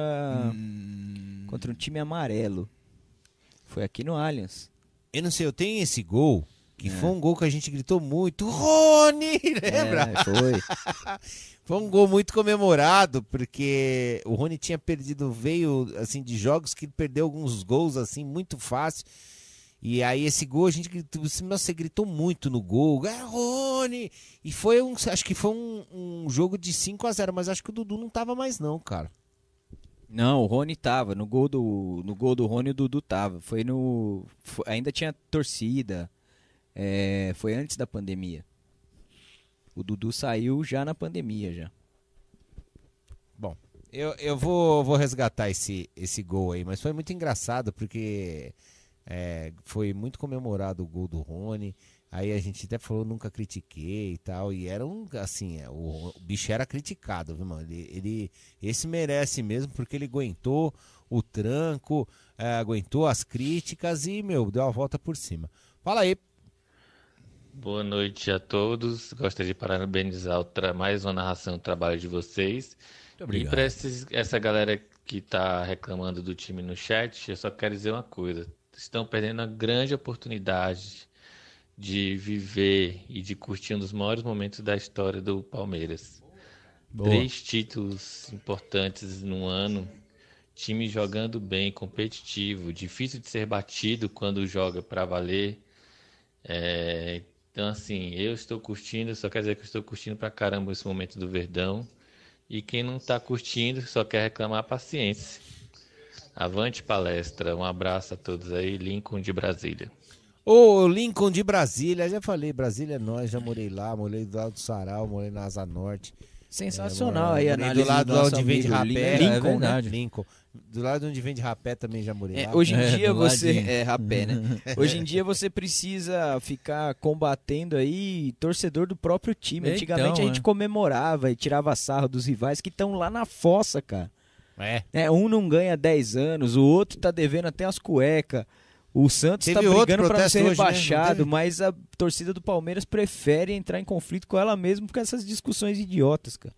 Speaker 3: Hum.
Speaker 2: Contra um time amarelo. Foi aqui no Allianz. É.
Speaker 3: Eu não sei, eu tenho esse gol, que foi um gol que a gente gritou muito. Rony! Lembra?
Speaker 2: foi.
Speaker 3: Foi um gol muito comemorado, porque o Rony tinha perdido, veio assim de jogos que ele perdeu alguns gols assim muito fácil. E aí esse gol a gente gritou, assim, nossa, você gritou muito no gol, é Rony! E foi um, acho que foi um, um jogo de 5 a 0 mas acho que o Dudu não tava mais não, cara.
Speaker 2: Não, o Rony tava. No gol do, no gol do Rony, o Dudu tava. Foi no. fo- ainda tinha torcida. É, foi antes da pandemia. O Dudu saiu já na pandemia, já.
Speaker 3: Bom, eu, eu vou, vou resgatar esse, esse gol aí, mas foi muito engraçado porque é, foi muito comemorado o gol do Rony. Aí a gente até falou, nunca critiquei e tal. E era um, assim, é, o, o bicho era criticado, viu, mano? Ele, ele- esse merece mesmo porque ele aguentou o tranco, é, aguentou as críticas e, meu, deu a volta por cima. Fala aí.
Speaker 19: Boa noite a todos. Gostaria de parabenizar o tra- mais uma narração do trabalho de vocês.
Speaker 4: Muito obrigado.
Speaker 19: E para essa galera que está reclamando do time no chat, eu só quero dizer uma coisa. Estão perdendo a grande oportunidade de viver e de curtir um dos maiores momentos da história do Palmeiras.
Speaker 4: Boa.
Speaker 19: Três títulos importantes no ano, time jogando bem, competitivo, difícil de ser batido quando joga para valer. É, então, assim, eu estou curtindo, só quer dizer que eu estou curtindo pra caramba esse momento do Verdão. E quem não tá curtindo, só quer reclamar, paciência. Avante palestra, um abraço a todos aí, Lincoln de Brasília.
Speaker 3: Ô, Lincoln de Brasília, já falei, Brasília é nós, já morei lá, morei do lado do Sarau, morei na Asa Norte. É,
Speaker 2: Sensacional
Speaker 3: morei-
Speaker 2: aí a
Speaker 3: morei
Speaker 2: análise
Speaker 3: do lado
Speaker 2: do
Speaker 3: lá
Speaker 2: nosso
Speaker 3: onde vende
Speaker 2: amigo
Speaker 3: rapé. é
Speaker 2: Lincoln, Lincoln, né?
Speaker 3: verdade. Lincoln. Do lado onde vende rapé também já morei
Speaker 2: É,
Speaker 3: lá.
Speaker 2: hoje em dia você é rapé, né? Hoje em dia você precisa ficar combatendo aí torcedor do próprio time.
Speaker 4: Então,
Speaker 2: Antigamente a gente
Speaker 4: é.
Speaker 2: comemorava e tirava sarro dos rivais que estão lá na fossa, cara.
Speaker 3: É.
Speaker 2: um não ganha 10 anos, o outro tá devendo até as cuecas. O Santos
Speaker 3: Teve
Speaker 2: tá
Speaker 3: outro
Speaker 2: brigando pra não
Speaker 3: protesto
Speaker 2: ser
Speaker 3: hoje, né? Não
Speaker 2: rebaixado,
Speaker 3: teve?
Speaker 2: mas a torcida do Palmeiras prefere entrar em conflito com ela mesma por causa dessas discussões idiotas, cara.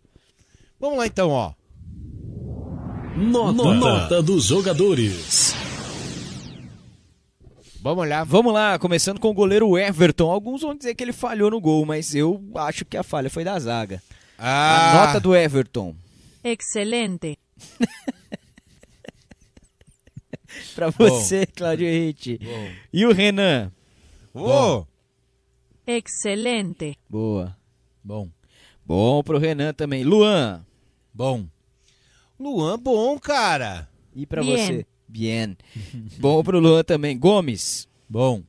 Speaker 3: Vamos lá então, ó.
Speaker 1: Nota, Nota dos jogadores.
Speaker 3: Vamos olhar.
Speaker 2: Vamos lá, começando com o goleiro Everton. Alguns vão dizer que ele falhou no gol, mas eu acho que a falha foi da zaga.
Speaker 3: Ah.
Speaker 2: A nota do Everton.
Speaker 20: Excelente.
Speaker 2: Pra
Speaker 20: Bom.
Speaker 2: você, Claudio Henrique.
Speaker 20: Bom.
Speaker 2: E o Renan?
Speaker 3: Bom.
Speaker 20: Excelente.
Speaker 2: Boa. Bom. Bom pro Renan também. Luan.
Speaker 4: Bom.
Speaker 3: Luan, bom, cara.
Speaker 2: E pra
Speaker 3: Bien.
Speaker 2: você? Bien. bom pro Luan também. Gomes.
Speaker 4: Bom.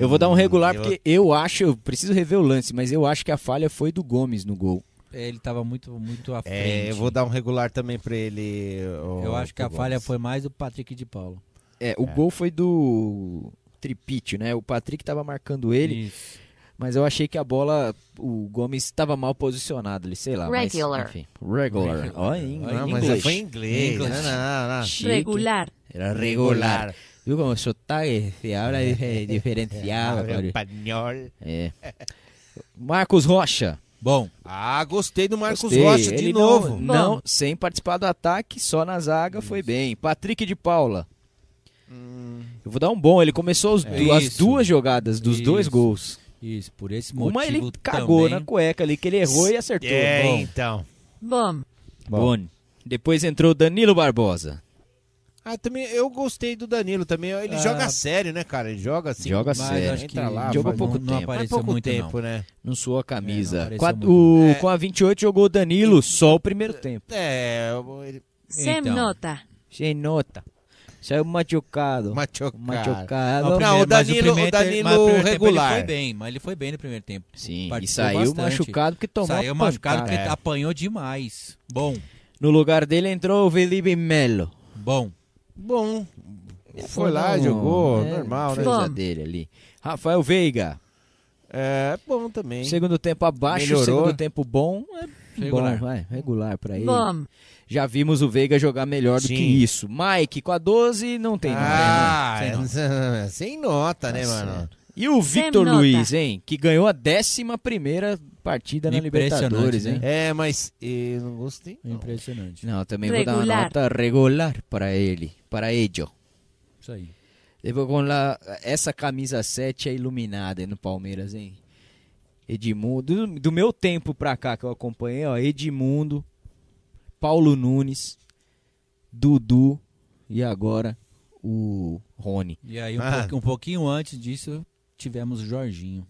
Speaker 2: eu vou dar um regular
Speaker 4: eu-
Speaker 2: porque eu acho, eu preciso rever o lance, mas eu acho que a falha foi do Gomes no gol.
Speaker 4: Ele tava muito, muito à frente.
Speaker 3: É, eu vou dar um regular também pra ele. ô,
Speaker 4: Eu acho que a
Speaker 3: pro
Speaker 4: falha
Speaker 3: Gomes.
Speaker 4: foi mais o Patrick de Paulo.
Speaker 2: É, o gol foi do Tripite, né? O Patrick tava marcando ele. Mas eu achei que a bola, o Gomes estava mal posicionado ali, sei lá. mas,
Speaker 20: Regular.
Speaker 2: enfim, regular.
Speaker 4: Regular.
Speaker 2: Olha, em
Speaker 3: Não, mas
Speaker 2: inglês.
Speaker 3: foi em inglês, né? Não, não, não.
Speaker 2: Chique.
Speaker 20: Regular.
Speaker 2: Era regular. Viu como sotaque se habla dife- diferenciado.
Speaker 3: Habla
Speaker 2: padre.
Speaker 3: espanhol.
Speaker 2: É. Marcos Rocha. Bom.
Speaker 3: Ah, gostei do Marcos
Speaker 2: Gostei.
Speaker 3: Rocha de
Speaker 2: Ele não-
Speaker 3: novo.
Speaker 2: Não, sem participar do ataque, só na zaga foi bem. Patrick de Paula. Eu vou dar um bom. Ele começou os-
Speaker 4: É.
Speaker 2: as
Speaker 4: Isso.
Speaker 2: duas jogadas dos dois
Speaker 4: Isso.
Speaker 2: gols.
Speaker 4: Isso, por esse motivo.
Speaker 2: Uma ele cagou né?
Speaker 4: também-
Speaker 2: na cueca ali, que ele errou e acertou.
Speaker 4: É,
Speaker 2: Bom.
Speaker 4: então.
Speaker 20: Bom.
Speaker 2: Bom. Depois entrou Danilo Barbosa.
Speaker 3: Ah, também eu gostei do Danilo também. Ele
Speaker 2: Ah.
Speaker 3: joga sério, né, cara? Ele joga assim.
Speaker 2: Joga
Speaker 3: mas
Speaker 2: sério.
Speaker 3: Acho que lá,
Speaker 2: jogou
Speaker 3: faz-
Speaker 2: pouco
Speaker 3: não-
Speaker 2: tempo.
Speaker 3: Não apareceu
Speaker 2: pouco
Speaker 3: muito
Speaker 2: tempo,
Speaker 3: tempo, né?
Speaker 2: Não suou a
Speaker 4: É,
Speaker 2: camisa.
Speaker 3: apareceu
Speaker 2: Quatro-
Speaker 3: muito,
Speaker 2: o- Com a 28 jogou o Danilo só o primeiro tempo.
Speaker 3: É, eu- ele...
Speaker 20: Sem
Speaker 4: Então.
Speaker 20: nota.
Speaker 2: Sem nota. Saiu machucado.
Speaker 3: Machucado.
Speaker 2: Machucado.
Speaker 4: Não, primeiro- mas primeiro te- mas primeiro tempo Ele foi
Speaker 2: Ele,
Speaker 4: bem, mas ele foi bem no primeiro tempo.
Speaker 2: Sim, e
Speaker 4: Participou
Speaker 2: saiu machucado porque tomou
Speaker 4: Saiu
Speaker 2: a
Speaker 4: machucado
Speaker 2: pancada.
Speaker 4: porque
Speaker 2: É.
Speaker 4: apanhou demais. Bom,
Speaker 2: No lugar dele entrou o Felipe Melo.
Speaker 4: Bom.
Speaker 3: Bom. Foi lá, jogou, normal, um, né?
Speaker 2: Coisa
Speaker 3: Bom.
Speaker 2: dele ali. Rafael Veiga.
Speaker 3: É, bom também.
Speaker 2: Segundo tempo abaixo,
Speaker 3: Melhorou.
Speaker 2: segundo tempo bom. É
Speaker 3: Regular.
Speaker 2: Bom, vai, regular pra ele.
Speaker 20: Bom.
Speaker 2: Já vimos o Veiga jogar melhor do
Speaker 3: Sim.
Speaker 2: que isso. Mike com a 12 não tem
Speaker 3: Ah,
Speaker 2: nota, né? Sem nota.
Speaker 3: é- sem nota, né,
Speaker 2: Tá
Speaker 3: mano?
Speaker 2: certo. E o
Speaker 3: Sem
Speaker 2: Victor
Speaker 3: nota.
Speaker 2: Luiz, hein? Que ganhou a 11 partida na Libertadores, hein?
Speaker 4: né?
Speaker 3: É, mas eu não gostei. não. né?
Speaker 4: Impressionante.
Speaker 2: Não, também vou dar uma
Speaker 4: Regular.
Speaker 2: nota regular para ele, para ello.
Speaker 4: Isso aí.
Speaker 2: Eu vou com lá, essa camisa 7 é iluminada no Palmeiras, hein? Edmundo, do, do meu tempo pra cá que eu acompanhei, ó, Edmundo, Paulo Nunes, Dudu e agora o Rony.
Speaker 4: e aí um,
Speaker 2: Ah.
Speaker 4: pouquinho, um pouquinho antes disso, tivemos o Jorginho.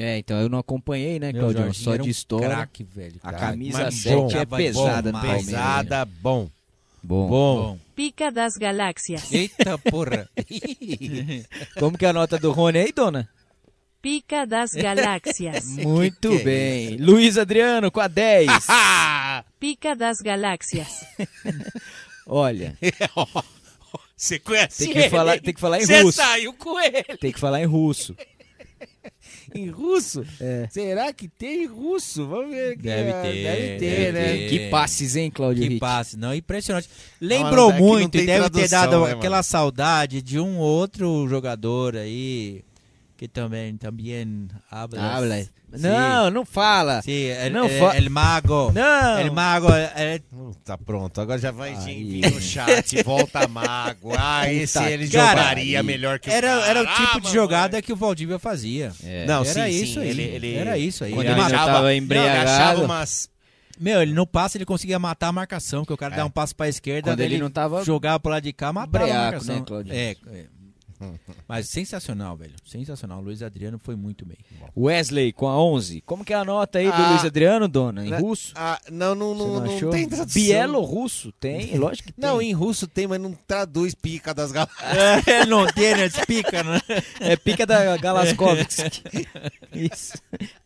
Speaker 2: É, então eu não acompanhei, né,
Speaker 4: Meu,
Speaker 2: Claudio?
Speaker 4: Jorginho
Speaker 2: Só
Speaker 4: era
Speaker 2: de
Speaker 4: um
Speaker 2: história.
Speaker 4: craque, velho,
Speaker 2: a
Speaker 4: cara.
Speaker 2: camisa
Speaker 4: Mas
Speaker 2: 7
Speaker 4: bom,
Speaker 2: é
Speaker 4: bom,
Speaker 2: pesada no
Speaker 4: mas
Speaker 2: Palmeiras.
Speaker 4: pesada,
Speaker 2: né?
Speaker 3: bom.
Speaker 2: Bom.
Speaker 3: Bom.
Speaker 20: Pica das galáxias.
Speaker 4: Eita Então, porra.
Speaker 2: Como que é a nota do Rony aí, dona?
Speaker 20: Pica das galáxias.
Speaker 2: Muito bem. né? Luiz Adriano com a 10.
Speaker 20: Pica das galáxias.
Speaker 2: Olha.
Speaker 3: Você conhece
Speaker 2: tem que falar, tem que falar em
Speaker 3: Você
Speaker 2: russo.
Speaker 3: saiu com ele.
Speaker 2: Tem que falar em russo.
Speaker 3: Em russo?
Speaker 2: É.
Speaker 3: Será que tem em russo? Vamos ver aqui.
Speaker 4: É, Deve
Speaker 3: ah,
Speaker 4: ter,
Speaker 3: Deve ter,
Speaker 4: deve
Speaker 3: né?
Speaker 4: ter.
Speaker 2: Que passes, hein, Claudio
Speaker 4: Que
Speaker 2: Ritt?
Speaker 4: passe, não, é impressionante.
Speaker 2: Não,
Speaker 4: Lembrou
Speaker 2: mas aqui não
Speaker 4: muito e
Speaker 2: tem
Speaker 4: deve ter
Speaker 2: tradução,
Speaker 4: dado
Speaker 2: né,
Speaker 4: aquela saudade de um outro jogador aí que também também habla.
Speaker 2: Habla.
Speaker 4: Sí.
Speaker 2: Não, não fala.
Speaker 4: Sí, el,
Speaker 2: Não
Speaker 4: el-
Speaker 2: fa-
Speaker 4: é, el mago.
Speaker 2: Não.
Speaker 4: El mago. é-
Speaker 3: Tá pronto, agora já vai vir no chat, volta mago. Ah, esse
Speaker 4: Puta
Speaker 3: ele
Speaker 4: cara,
Speaker 3: jogaria melhor que o
Speaker 4: era,
Speaker 3: cara.
Speaker 4: Era o tipo de jogada que o Valdívia fazia.
Speaker 2: É.
Speaker 3: Não,
Speaker 4: era
Speaker 3: sim,
Speaker 4: isso
Speaker 3: sim,
Speaker 4: aí.
Speaker 3: ele- ele-
Speaker 4: era isso aí.
Speaker 3: Quando ele
Speaker 4: matava-
Speaker 3: tava
Speaker 4: Não,
Speaker 3: embriagado.
Speaker 4: ele
Speaker 3: achava umas-
Speaker 4: Meu, ele no passe ele conseguia matar a marcação, que o cara
Speaker 2: É.
Speaker 4: dava um passo pra esquerda,
Speaker 2: Quando
Speaker 4: daí
Speaker 2: ele não tava
Speaker 4: jogava pro lado de cá, matava a
Speaker 2: breaco,
Speaker 4: marcação.
Speaker 2: né, Claudio?
Speaker 4: É, é. Mas sensacional, velho. Sensacional. O Luiz Adriano foi muito bem.
Speaker 2: Wesley com a 11. Como que é a nota aí do
Speaker 4: Ah,
Speaker 2: Luiz Adriano, dona? Em
Speaker 4: né,
Speaker 2: russo?
Speaker 3: Ah, não, não,
Speaker 2: Você
Speaker 3: não,
Speaker 2: não
Speaker 3: não
Speaker 2: achou?
Speaker 3: tem tradução.
Speaker 2: Bielorrusso tem, lógico que
Speaker 3: Não, em russo tem, mas não traduz pica das galáxias.
Speaker 4: É, não tem, né? Pica, né?
Speaker 2: É pica da Galaskovski. Isso.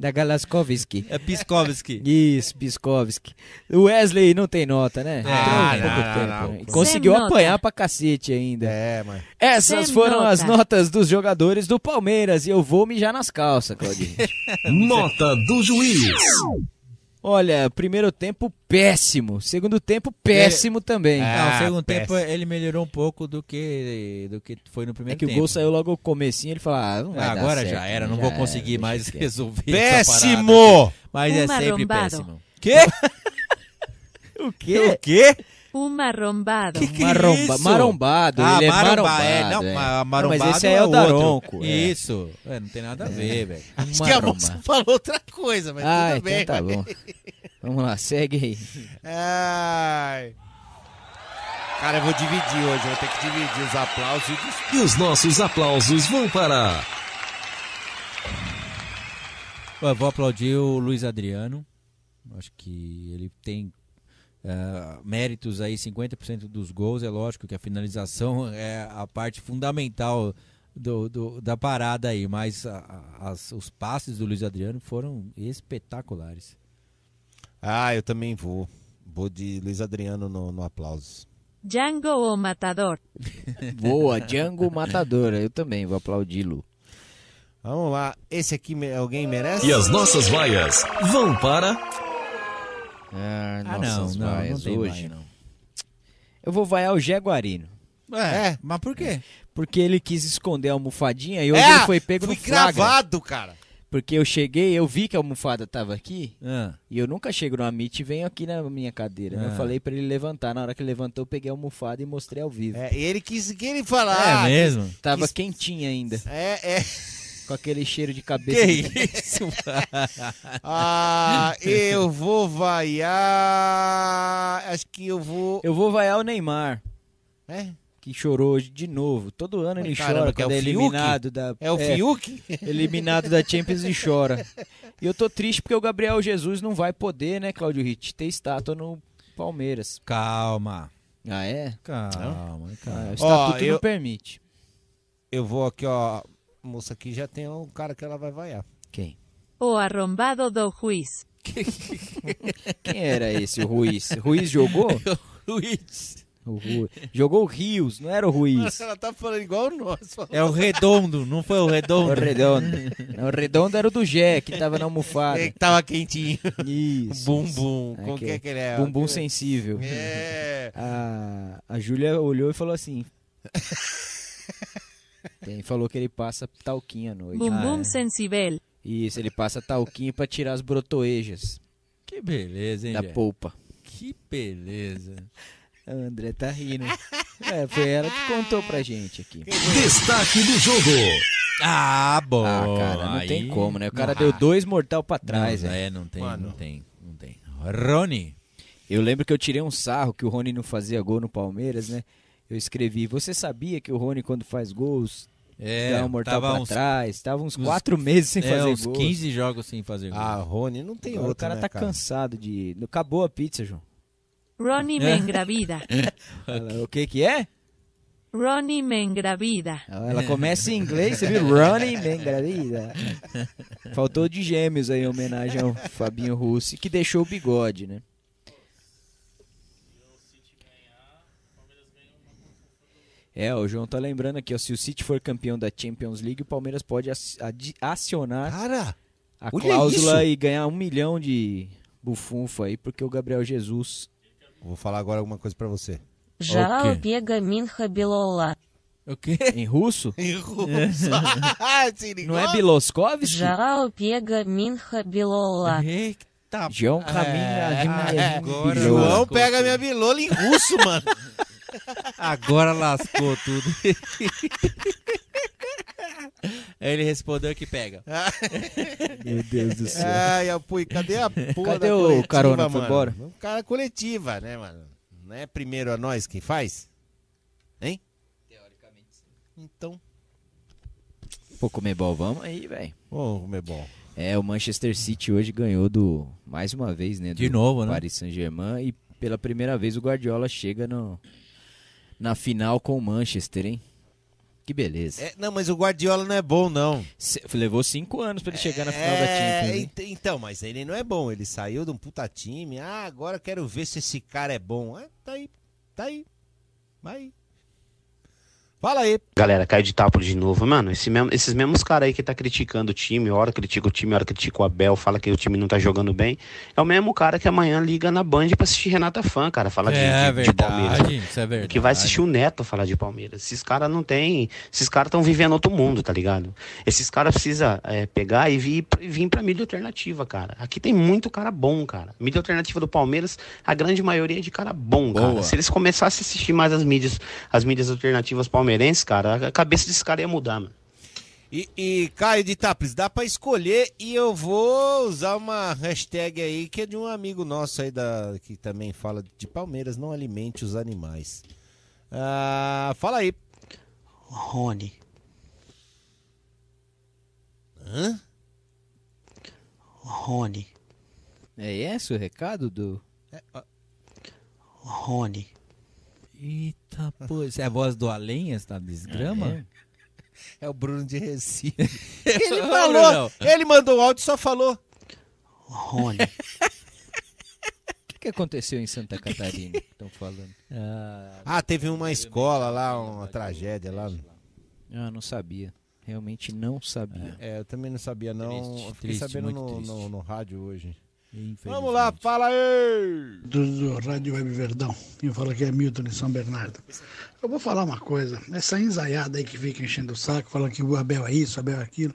Speaker 2: Da Galaskovski.
Speaker 4: É Piskovski.
Speaker 2: Isso, Piskovski. O Wesley não tem nota, né?
Speaker 4: Ah,
Speaker 2: Entrou há
Speaker 4: não, não, não.
Speaker 2: né? E
Speaker 4: Sem
Speaker 2: Conseguiu
Speaker 4: nota.
Speaker 2: apanhar pra cacete ainda.
Speaker 3: É, mas...
Speaker 2: Essas
Speaker 4: Sem
Speaker 2: foram as
Speaker 4: nota.
Speaker 2: notas dos jogadores do Palmeiras e eu vou mijar nas calças, Claudinho.
Speaker 1: Nota do juiz.
Speaker 2: Olha, primeiro tempo péssimo, segundo tempo péssimo também.
Speaker 4: É,
Speaker 3: Ah,
Speaker 4: não, o segundo tempo ele melhorou um pouco do que, do que foi no
Speaker 2: É
Speaker 4: primeiro
Speaker 2: que
Speaker 4: tempo.
Speaker 2: o gol saiu logo no comecinho, ele falou, ah, não vai
Speaker 4: Ah,
Speaker 2: dar
Speaker 4: agora
Speaker 2: certo,
Speaker 4: já era,
Speaker 2: né?
Speaker 4: não
Speaker 2: Já
Speaker 4: vou
Speaker 2: era,
Speaker 4: conseguir
Speaker 2: deixa
Speaker 4: mais
Speaker 2: quieto.
Speaker 4: resolver
Speaker 3: Péssimo!
Speaker 4: essa parada. Mas é
Speaker 20: Um
Speaker 4: sempre
Speaker 20: arrombado.
Speaker 4: péssimo.
Speaker 3: Quê?
Speaker 2: o
Speaker 4: quê? O quê?
Speaker 20: Um arrombado.
Speaker 2: Maromba, marombado,
Speaker 4: Ah,
Speaker 2: ele é
Speaker 4: maromba,
Speaker 2: marombado. eh.
Speaker 4: é, não, ma- marombado
Speaker 2: mas esse
Speaker 4: é
Speaker 2: aí é o
Speaker 4: o
Speaker 2: Daronco.
Speaker 4: outro. Isso. É, não tem nada a ver, velho.
Speaker 3: Acho que a moça falou outra coisa, mas
Speaker 2: Ah,
Speaker 3: tudo
Speaker 2: então
Speaker 3: bem.
Speaker 2: tá
Speaker 3: mas-
Speaker 2: bom. Vamos lá, segue aí.
Speaker 3: Ai. Cara, eu vou dividir hoje, eu vou ter que dividir os aplausos e os
Speaker 1: E os nossos aplausos vão para
Speaker 4: Eu vou aplaudir o Luiz Adriano. Acho que ele tem ah, méritos aí, 50% dos gols. É lógico que a finalização é a parte fundamental do- do- da parada aí, mas a- a- as- os passes do Luiz Adriano foram espetaculares.
Speaker 3: Ah, eu também vou. Vou de Luiz Adriano no, no aplauso.
Speaker 20: Django ou matador.
Speaker 2: Boa, Django Matadora, eu também vou aplaudi-lo.
Speaker 3: Vamos lá, esse aqui me- alguém merece?
Speaker 1: E as nossas vaias vão para
Speaker 4: Ah,
Speaker 2: Ah, nossas
Speaker 3: É,
Speaker 2: Ah,
Speaker 4: não, não, não
Speaker 2: vaias
Speaker 4: tem
Speaker 2: hoje.
Speaker 4: vaia, não.
Speaker 2: Eu vou vaiar o Jaguarino.
Speaker 4: É, mas por quê?
Speaker 2: Porque ele quis esconder a almofadinha e hoje
Speaker 3: É,
Speaker 2: ele foi pego
Speaker 3: fui
Speaker 2: no flagra.
Speaker 3: gravado, cara.
Speaker 2: Porque eu cheguei, eu vi que a almofada tava aqui.
Speaker 4: Ah.
Speaker 2: E eu nunca chego no Amit e venho aqui na minha cadeira. né? Eu
Speaker 3: Ah.
Speaker 2: falei pra ele levantar. Na hora que ele levantou, eu peguei a almofada e mostrei ao vivo. É
Speaker 3: É, e ele quis que ele falar.
Speaker 2: Tava quentinha ainda.
Speaker 3: É, é.
Speaker 2: Com aquele cheiro de cabeça.
Speaker 4: Que isso,
Speaker 3: Ah, eu vou vaiar. Acho que eu vou.
Speaker 2: Eu vou vaiar o Neymar.
Speaker 3: É?
Speaker 2: Que chorou hoje de novo. Todo ano
Speaker 3: Mas
Speaker 2: ele
Speaker 3: caramba,
Speaker 2: chora
Speaker 3: que é
Speaker 2: quando
Speaker 3: o
Speaker 2: é,
Speaker 3: Fiuk?
Speaker 2: eliminado da.
Speaker 3: É o Fiuk?
Speaker 2: Eliminado da Champions e chora. E eu tô triste porque o Gabriel Jesus não vai poder, né, Claudio Ritt, ter estátua no Palmeiras.
Speaker 4: Calma.
Speaker 2: Ah, é?
Speaker 4: Calma, calma.
Speaker 2: Ah,
Speaker 4: Ó,
Speaker 2: o estatuto
Speaker 3: eu-
Speaker 2: não permite.
Speaker 3: Eu vou aqui, ó. Moça, aqui já tem um cara que ela vai vaiar.
Speaker 2: Quem?
Speaker 20: O arrombado do juiz.
Speaker 2: Quem era esse, o Ruiz? O Ruiz jogou?
Speaker 4: o Ruiz.
Speaker 2: O Ru- Jogou o Rios, não era o Ruiz.
Speaker 3: Ela tá falando igual nós.
Speaker 4: É o Redondo, não foi o Redondo?
Speaker 2: É O Redondo. Não, o Redondo era o do Jé, que tava na almofada.
Speaker 3: É, que tava quentinho.
Speaker 2: Isso.
Speaker 3: Bumbum,
Speaker 2: isso.
Speaker 3: como que é que ele é?
Speaker 2: Bumbum sensível.
Speaker 3: É.
Speaker 2: A, a Júlia olhou e falou assim... Tem, falou que ele passa talquinho à noite. Ah, é.
Speaker 20: Bumbum sensível.
Speaker 2: Isso, ele passa talquinho pra tirar as brotoejas
Speaker 4: Que beleza, hein,
Speaker 2: da
Speaker 4: Jé?
Speaker 2: polpa.
Speaker 4: Que beleza.
Speaker 2: A André tá rindo. É, foi ela que contou pra gente aqui.
Speaker 1: Destaque do jogo.
Speaker 4: Ah, bom.
Speaker 2: Ah, cara, não
Speaker 4: aí-
Speaker 2: tem como, né? O cara
Speaker 4: Ah.
Speaker 2: deu dois mortal pra trás,
Speaker 4: Não,
Speaker 2: né?
Speaker 4: é, não tem, não tem, não tem. Rony.
Speaker 2: Eu lembro que eu tirei um sarro que o Rony não fazia gol no Palmeiras, né? Eu escrevi, você sabia que o Rony quando faz gols
Speaker 4: É,
Speaker 2: dá um mortal
Speaker 4: tava
Speaker 2: pra
Speaker 4: uns-
Speaker 2: trás? Tava uns
Speaker 4: uns-
Speaker 2: quatro meses sem
Speaker 4: é,
Speaker 2: fazer
Speaker 4: uns
Speaker 2: gol.
Speaker 4: 15 jogos sem fazer gol.
Speaker 3: Ah, Rony não tem
Speaker 2: Agora
Speaker 3: outro.
Speaker 2: o cara
Speaker 3: né,
Speaker 2: tá cansado de... Acabou a pizza, João.
Speaker 20: Ronnie me engravida.
Speaker 2: Ela, o que que é?
Speaker 20: Ronnie me engravida.
Speaker 4: É.
Speaker 2: Ela começa em inglês, você viu? Running Man da vida. Faltou de gêmeos aí, em homenagem ao Fabinho Russi, que deixou o bigode, né? É, o João tá lembrando aqui, ó, se o City for campeão da Champions League, o Palmeiras pode ac- adi- acionar a
Speaker 3: olha
Speaker 2: cláusula
Speaker 3: isso.
Speaker 2: e ganhar um milhão de bufunfa aí, porque o Gabriel Jesus...
Speaker 3: Vou falar agora alguma coisa pra você.
Speaker 21: Жарал бега Минха Белола.
Speaker 4: O quê?
Speaker 2: Em russo?
Speaker 3: em russo.
Speaker 21: Ну,
Speaker 2: Não é Biloskovski?
Speaker 21: Жарал бега Минха Белола.
Speaker 4: Eita,
Speaker 2: João caminha...
Speaker 3: É,
Speaker 4: Agora
Speaker 3: João
Speaker 4: lascou
Speaker 3: pega
Speaker 4: tudo.
Speaker 3: minha bilola em russo, mano.
Speaker 4: Agora lascou tudo. Ele respondeu que pega.
Speaker 3: Ah.
Speaker 2: Meu Deus do céu.
Speaker 3: Ai, Apui, cadê a porra
Speaker 2: Cadê
Speaker 3: da
Speaker 2: o
Speaker 3: coletiva,
Speaker 2: Carona? Foi
Speaker 3: mano?
Speaker 2: embora?
Speaker 3: O cara é coletiva, né, mano? Não é primeiro a nós quem faz? Hein? Teoricamente sim. Então...
Speaker 2: Pô, Comebol, vamos aí, velho.
Speaker 3: Ô, Comebol.
Speaker 2: É, o Manchester City hoje ganhou do. Mais uma vez, né?
Speaker 4: De
Speaker 2: do
Speaker 4: novo, né?
Speaker 2: Paris Saint-Germain. E pela primeira vez o Guardiola chega no, na final com o Manchester, hein? Que beleza.
Speaker 3: É, não, mas o Guardiola não é bom, não.
Speaker 2: Se- Levou cinco anos pra ele chegar na final da
Speaker 3: É,
Speaker 2: Champions. hein?
Speaker 3: ent- então, mas ele não é bom. Ele saiu de um puta time. Ah, agora quero ver se esse cara é bom. Ah, tá aí, tá aí. Vai aí. Fala aí.
Speaker 17: Galera, caiu de tapo de novo. Mano, esse mesmo- esses mesmos caras aí que tá criticando o time, hora critica o time, hora critica o Abel, fala que o time não tá jogando bem. É o mesmo cara que amanhã liga na Band pra assistir Renata Fã, cara, falar de-
Speaker 4: É
Speaker 17: de, de Palmeiras.
Speaker 4: verdade, isso é verdade.
Speaker 17: Que vai assistir o Neto falar de Palmeiras. Esses caras não tem. Esses caras estão vivendo outro mundo, tá ligado? Esses caras precisam pegar e vir, e vir pra mídia alternativa, cara. Aqui tem muito cara bom, cara. Mídia alternativa do Palmeiras, a grande maioria é de cara bom, cara.
Speaker 22: Boa.
Speaker 17: Se eles começassem a assistir mais as mídias, as mídias alternativas palmeirenses, cara, a cabeça desse cara ia mudar, mano.
Speaker 3: E, e Caio de Taples, dá pra escolher e eu vou usar uma hashtag aí que é de um amigo nosso aí da, que também fala de Palmeiras, não alimente os animais. Ah, fala aí.
Speaker 23: Rony.
Speaker 3: Hã?
Speaker 23: Rony.
Speaker 2: É esse o recado do.
Speaker 3: É,
Speaker 23: Rony.
Speaker 4: Eita, pô, isso é a voz do Além, essa desgrama?
Speaker 3: É o Bruno de Recife. Ele
Speaker 4: Ô,
Speaker 3: falou,
Speaker 4: Brunão.
Speaker 3: ele mandou o áudio e só falou.
Speaker 23: Rony.
Speaker 2: O que, que aconteceu em Santa Catarina? Estão falando.
Speaker 3: Ah, teve uma escola lá, uma tragédia lá.
Speaker 2: Ah, não sabia. Realmente não sabia.
Speaker 3: É, eu também não sabia não.
Speaker 2: Triste,
Speaker 3: eu fiquei
Speaker 2: triste,
Speaker 3: sabendo
Speaker 2: muito
Speaker 3: no,
Speaker 2: triste.
Speaker 3: no- no rádio hoje. Vamos lá, fala aí!
Speaker 5: do, do Rádio Web Verdão. Quem fala aqui é Milton de São Bernardo. Eu vou falar uma coisa. Essa ensaiada aí que fica enchendo o saco, falando que o Abel é isso, o Abel é aquilo.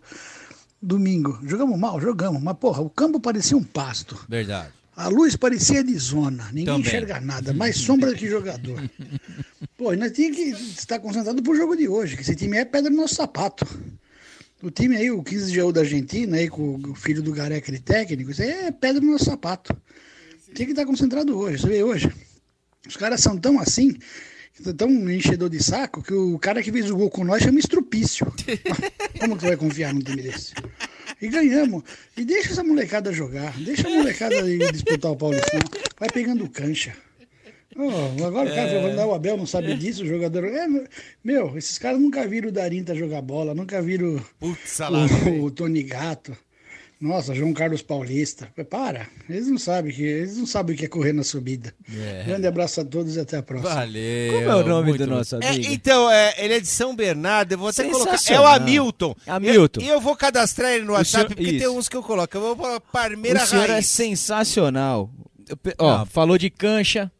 Speaker 5: Domingo, jogamos mal? Jogamos. Mas, porra, o campo parecia um pasto.
Speaker 4: Verdade.
Speaker 5: A luz parecia de zona. Ninguém
Speaker 4: Também.
Speaker 5: enxerga nada. Mais sombra que jogador. Pô, e nós tínhamos que estar concentrado pro jogo de hoje, que esse time é pedra no nosso sapato. O time aí, o 15 de da Argentina, aí com o filho do Gareca de técnico, isso aí é pedra no nosso sapato. Tem que estar concentrado hoje, você vê hoje. Os caras são tão assim, tão enchedor de saco, que o cara que fez o gol com nós chama estrupício. Como que você vai confiar num time desse? E ganhamos. E deixa essa molecada jogar. Deixa a molecada aí disputar o Paulistão. Vai pegando cancha. Ô, agora o cara
Speaker 6: É.
Speaker 5: vai mandar o Abel não sabe disso, o jogador. É, meu, esses caras nunca viram o Darinta jogar bola, nunca viram
Speaker 3: salada,
Speaker 5: o, o Tony Gato. Nossa, João Carlos Paulista. Para, eles não sabem que eles não sabem o que é correr na subida.
Speaker 4: É.
Speaker 5: Grande abraço a todos e até a próxima.
Speaker 4: Valeu.
Speaker 5: Como é o nome do nosso
Speaker 3: É, então, é, ele é de São Bernardo, eu vou até colocar. É o
Speaker 5: Sensacional.
Speaker 3: Hamilton.
Speaker 2: Hamilton.
Speaker 3: E eu, eu vou cadastrar ele no WhatsApp,
Speaker 2: senhor-
Speaker 3: porque tem
Speaker 2: isso.
Speaker 3: uns que eu coloco. Eu vou para Parmeira
Speaker 2: O senhor é
Speaker 3: Raiz.
Speaker 2: sensacional. Eu pe- Ó,
Speaker 3: Ah.
Speaker 2: falou de cancha.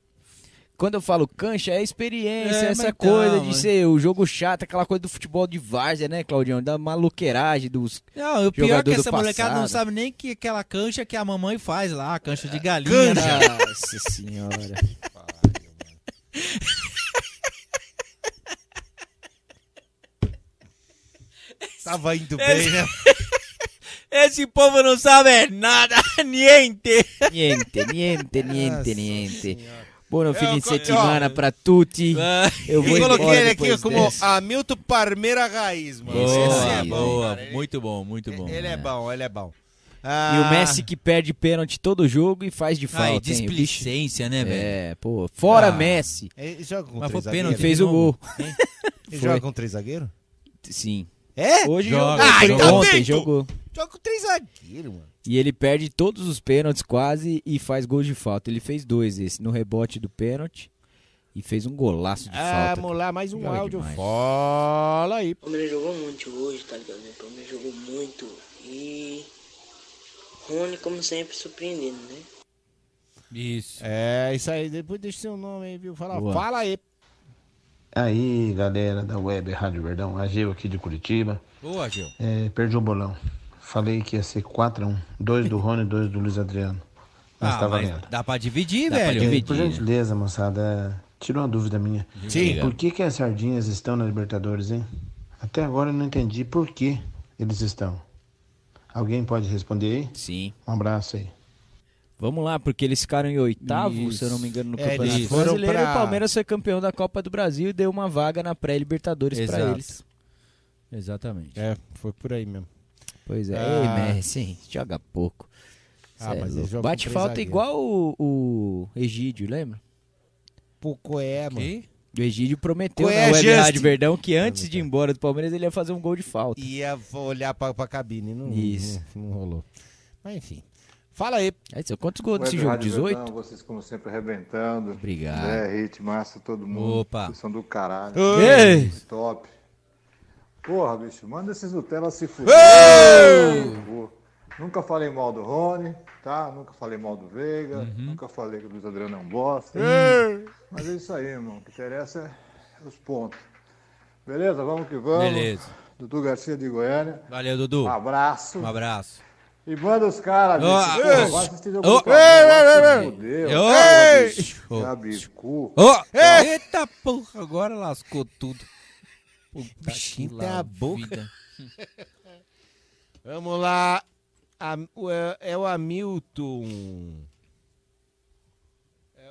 Speaker 2: Quando eu falo cancha, é experiência,
Speaker 4: É,
Speaker 2: essa
Speaker 4: mas
Speaker 2: coisa
Speaker 4: então,
Speaker 2: de
Speaker 4: mas-
Speaker 2: ser o jogo chato, aquela coisa do futebol de várzea, né, Claudião? Da maloqueiragem dos
Speaker 4: Não, o pior é que
Speaker 2: jogadores
Speaker 4: essa
Speaker 2: do
Speaker 4: molecada não
Speaker 2: passado.
Speaker 4: sabe nem que aquela cancha que a mamãe faz lá, a cancha de galinha.
Speaker 2: Cancha.
Speaker 4: né?
Speaker 2: Nossa senhora.
Speaker 3: Tava indo
Speaker 4: Esse-
Speaker 3: bem, né?
Speaker 4: Esse povo não sabe é nada, niente.
Speaker 2: Niente, niente, niente, niente. Bom
Speaker 3: Eu
Speaker 2: fim de
Speaker 3: co- ó.
Speaker 2: semana pra tutti.
Speaker 4: Ah,
Speaker 2: Eu vou
Speaker 3: eu coloquei
Speaker 2: embora
Speaker 3: ele
Speaker 2: depois
Speaker 3: aqui como
Speaker 2: dessa.
Speaker 3: Hamilton Parmeira Raiz, mano.
Speaker 2: Boa,
Speaker 3: Esse é bom.
Speaker 4: Boa,
Speaker 3: cara.
Speaker 4: muito bom, muito bom.
Speaker 3: Ele é bom, ele é bom.
Speaker 2: E o
Speaker 3: Ah,
Speaker 2: Messi que perde pênalti todo jogo e faz de falta.
Speaker 4: Aí,
Speaker 2: hein, o bicho.
Speaker 4: Ah, displicência, né, velho?
Speaker 2: É, pô. Fora
Speaker 4: Ah.
Speaker 2: Messi.
Speaker 3: ele Joga com
Speaker 4: Mas
Speaker 3: três
Speaker 4: foi pênalti
Speaker 3: zagueiros?
Speaker 2: Ele fez o gol.
Speaker 3: Ele
Speaker 2: Foi.
Speaker 3: joga com três zagueiros?
Speaker 2: Sim.
Speaker 3: É?
Speaker 2: Hoje
Speaker 3: Joga,
Speaker 2: jogou.
Speaker 3: Ah,
Speaker 2: Jogou
Speaker 3: então
Speaker 2: ontem
Speaker 3: tem, tu.
Speaker 2: jogou.
Speaker 3: Joga com três zagueiros, mano.
Speaker 2: E ele perde todos os pênaltis quase e faz gol de falta. Ele fez dois esse no rebote do pênalti e fez um golaço de falta.
Speaker 3: Vamos lá, Ah, mais um
Speaker 2: Joga
Speaker 3: áudio.
Speaker 2: demais.
Speaker 3: Fala aí.
Speaker 22: O Palmeiras jogou muito hoje, tá ligado? O Palmeiras jogou muito. E. Rony, como sempre, surpreendendo, né?
Speaker 4: Isso.
Speaker 3: É, isso aí. Depois deixa seu nome aí, viu? Fala,
Speaker 24: Boa.
Speaker 3: fala aí.
Speaker 24: Aí, galera da web Rádio Verdão, Ageu aqui de Curitiba.
Speaker 4: Boa, Gil.
Speaker 24: É, perdi o bolão. Falei que ia ser 4x1. Dois do Rony e dois do Luiz Adriano. Mas
Speaker 4: Ah,
Speaker 24: tá
Speaker 4: mas
Speaker 24: valendo.
Speaker 4: dá pra dividir, né?
Speaker 24: É,
Speaker 4: velho.
Speaker 24: Por gentileza, moçada, tirou uma dúvida minha.
Speaker 4: Sim.
Speaker 24: Por que, que as sardinhas estão na Libertadores, hein? Até agora eu não entendi por que eles estão. Alguém pode responder aí?
Speaker 2: Sim.
Speaker 24: Um abraço aí.
Speaker 2: Vamos lá, porque eles ficaram em oitavo,
Speaker 24: Isso.
Speaker 2: se eu não me engano, no
Speaker 24: É,
Speaker 2: Campeonato
Speaker 24: eles foram
Speaker 2: Brasileiro.
Speaker 24: pra-
Speaker 2: E o Palmeiras foi campeão da Copa do Brasil e deu uma vaga na pré-Libertadores pra
Speaker 4: Exato.
Speaker 2: eles.
Speaker 4: Exatamente.
Speaker 3: É, foi por aí mesmo.
Speaker 2: Pois é,
Speaker 3: Ah.
Speaker 2: ei, Messi, hein? joga pouco. Cê
Speaker 3: Ah,
Speaker 2: é
Speaker 3: mas eles
Speaker 2: louco.
Speaker 3: jogam com
Speaker 2: Bate
Speaker 3: três
Speaker 2: falta
Speaker 3: zagueiros.
Speaker 2: igual o, o Egídio, lembra?
Speaker 3: Pouco é, mano.
Speaker 2: O Egídio prometeu
Speaker 3: Qual é,
Speaker 2: na Web
Speaker 3: Justin?
Speaker 2: Rádio Verdão
Speaker 3: Tá
Speaker 2: que antes de ir embora do Palmeiras ele ia fazer um gol de falta.
Speaker 3: Ia olhar pra, pra cabine. Não,
Speaker 2: Isso.
Speaker 3: Não, não rolou. Mas enfim. Fala aí.
Speaker 2: Aí, seu, quantos gols
Speaker 25: Web
Speaker 2: desse jogo?
Speaker 25: Rádio
Speaker 2: 18?
Speaker 25: Verdão, vocês como sempre arrebentando.
Speaker 2: Obrigado.
Speaker 25: André, Hit, Márcio, todo mundo.
Speaker 4: Opa.
Speaker 25: Vocês são do caralho.
Speaker 2: Ei.
Speaker 25: Top. Porra, bicho, manda esses Nutella se fuder. Nunca falei mal do Rony, tá? Nunca falei mal do Veiga. Nunca falei que o Luiz Adriano é um bosta.
Speaker 6: Ei.
Speaker 25: Mas é isso aí, irmão. O que interessa é os pontos. Beleza? Vamos que vamos.
Speaker 4: Beleza.
Speaker 25: Dudu Garcia de Goiânia.
Speaker 4: Valeu, Dudu. Um
Speaker 25: abraço. Tá,
Speaker 4: Um abraço.
Speaker 25: E manda os caras, bicho.
Speaker 4: Ó,
Speaker 25: Porra,
Speaker 4: ó,
Speaker 25: vai assistir jogo
Speaker 4: ó,
Speaker 25: do Flamengo,
Speaker 4: ei,
Speaker 25: vai se
Speaker 4: ei,
Speaker 25: fuder,
Speaker 4: ei,
Speaker 25: ó.
Speaker 4: ei,
Speaker 25: Porra,
Speaker 4: ei,
Speaker 25: bicho.
Speaker 4: ei,
Speaker 25: Gabicu.
Speaker 4: Ó,
Speaker 25: Tá.
Speaker 4: Eita porra, agora lascou tudo. Puta que
Speaker 2: então é
Speaker 3: tem a
Speaker 4: lá
Speaker 3: boca.
Speaker 4: vida.
Speaker 3: Vamos lá. Am- o- é- é o Hamilton. É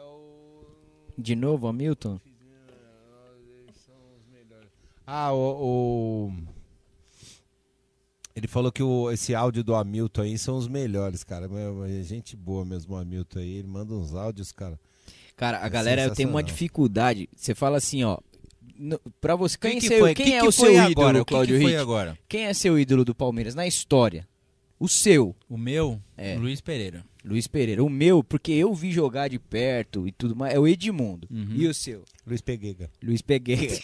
Speaker 2: De novo, Hamilton?
Speaker 3: Ah, o, o- Ele falou que o, esse áudio do Hamilton aí são os melhores, cara. Mas- mas é Gente boa mesmo, o Hamilton aí. Ele manda uns áudios, cara.
Speaker 2: Cara, a
Speaker 3: É
Speaker 2: galera tem uma
Speaker 3: sensacional.
Speaker 2: dificuldade. Você fala assim, ó. no- Pra você, quem,
Speaker 4: Quem que
Speaker 2: seu-
Speaker 4: foi?
Speaker 2: quem
Speaker 4: Que
Speaker 2: é
Speaker 4: que
Speaker 2: o
Speaker 4: foi
Speaker 2: seu
Speaker 4: agora? O
Speaker 2: ídolo,
Speaker 4: que que
Speaker 2: Claudio
Speaker 4: foi
Speaker 2: Ritt?
Speaker 4: agora?
Speaker 2: Quem é seu ídolo do Palmeiras na história? O seu.
Speaker 4: O meu?
Speaker 2: É.
Speaker 4: Luiz Pereira.
Speaker 2: Luiz Pereira. O meu, porque eu vi jogar de perto e tudo mais, é o Edmundo.
Speaker 4: Uhum.
Speaker 2: E o seu?
Speaker 3: Luiz Peguega.
Speaker 2: Luiz Pegueira.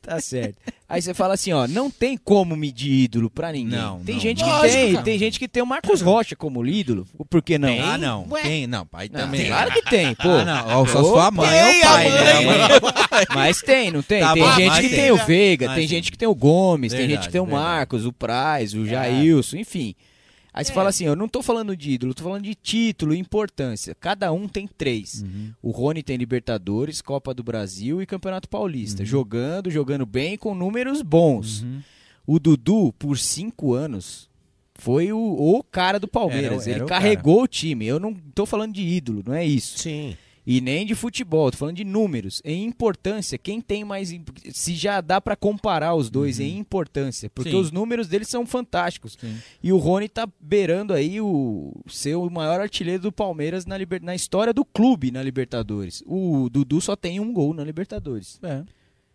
Speaker 2: tá certo. Aí você fala assim, ó, não tem como medir ídolo pra ninguém.
Speaker 4: Não,
Speaker 2: tem
Speaker 4: não.
Speaker 2: gente que
Speaker 4: Lógico,
Speaker 2: tem,
Speaker 4: cara.
Speaker 2: tem gente que tem o Marcos Rocha como ídolo. Por que não?
Speaker 4: Ah, não. Tem, não. Pai
Speaker 2: Não,
Speaker 4: também.
Speaker 2: claro que tem, pô.
Speaker 4: Ah, não. Ou só
Speaker 2: Ô,
Speaker 4: sua mãe
Speaker 2: tem
Speaker 4: ou o pai,
Speaker 2: a
Speaker 4: né?
Speaker 2: mãe.
Speaker 4: A mãe-
Speaker 2: Mas tem, não tem?
Speaker 4: Tá
Speaker 2: tem
Speaker 4: bom,
Speaker 2: gente
Speaker 4: mas
Speaker 2: que
Speaker 4: tem.
Speaker 2: tem, o Veiga,
Speaker 4: Mas
Speaker 2: tem
Speaker 4: tem.
Speaker 2: gente que tem o Gomes, tem gente
Speaker 4: Verdade,
Speaker 2: que tem o
Speaker 4: verdade. É.
Speaker 2: Marcos, o Praz, o Jailson, enfim. Aí você fala assim, eu não tô falando de ídolo, eu tô falando de título e importância. Cada um tem três.
Speaker 4: Uhum.
Speaker 2: O Rony tem Libertadores, Copa do Brasil e Campeonato Paulista.
Speaker 4: Uhum.
Speaker 2: Jogando, jogando bem, com números bons. O Dudu, por cinco anos, foi o, o cara do
Speaker 4: Era o-
Speaker 2: Palmeiras.
Speaker 4: era
Speaker 2: Ele
Speaker 4: o
Speaker 2: carregou o time. Eu não tô falando de ídolo, não é isso.
Speaker 3: Sim.
Speaker 2: E nem de futebol, tô falando de números. Em importância, quem tem mais. imp- Se já dá pra comparar os
Speaker 4: Uhum.
Speaker 2: dois em importância. Porque
Speaker 4: Sim.
Speaker 2: os números deles são fantásticos. E o Rony tá beirando aí o ser o maior artilheiro do Palmeiras na, liber- na história do clube na Libertadores. O Dudu só tem um gol na Libertadores.
Speaker 4: É,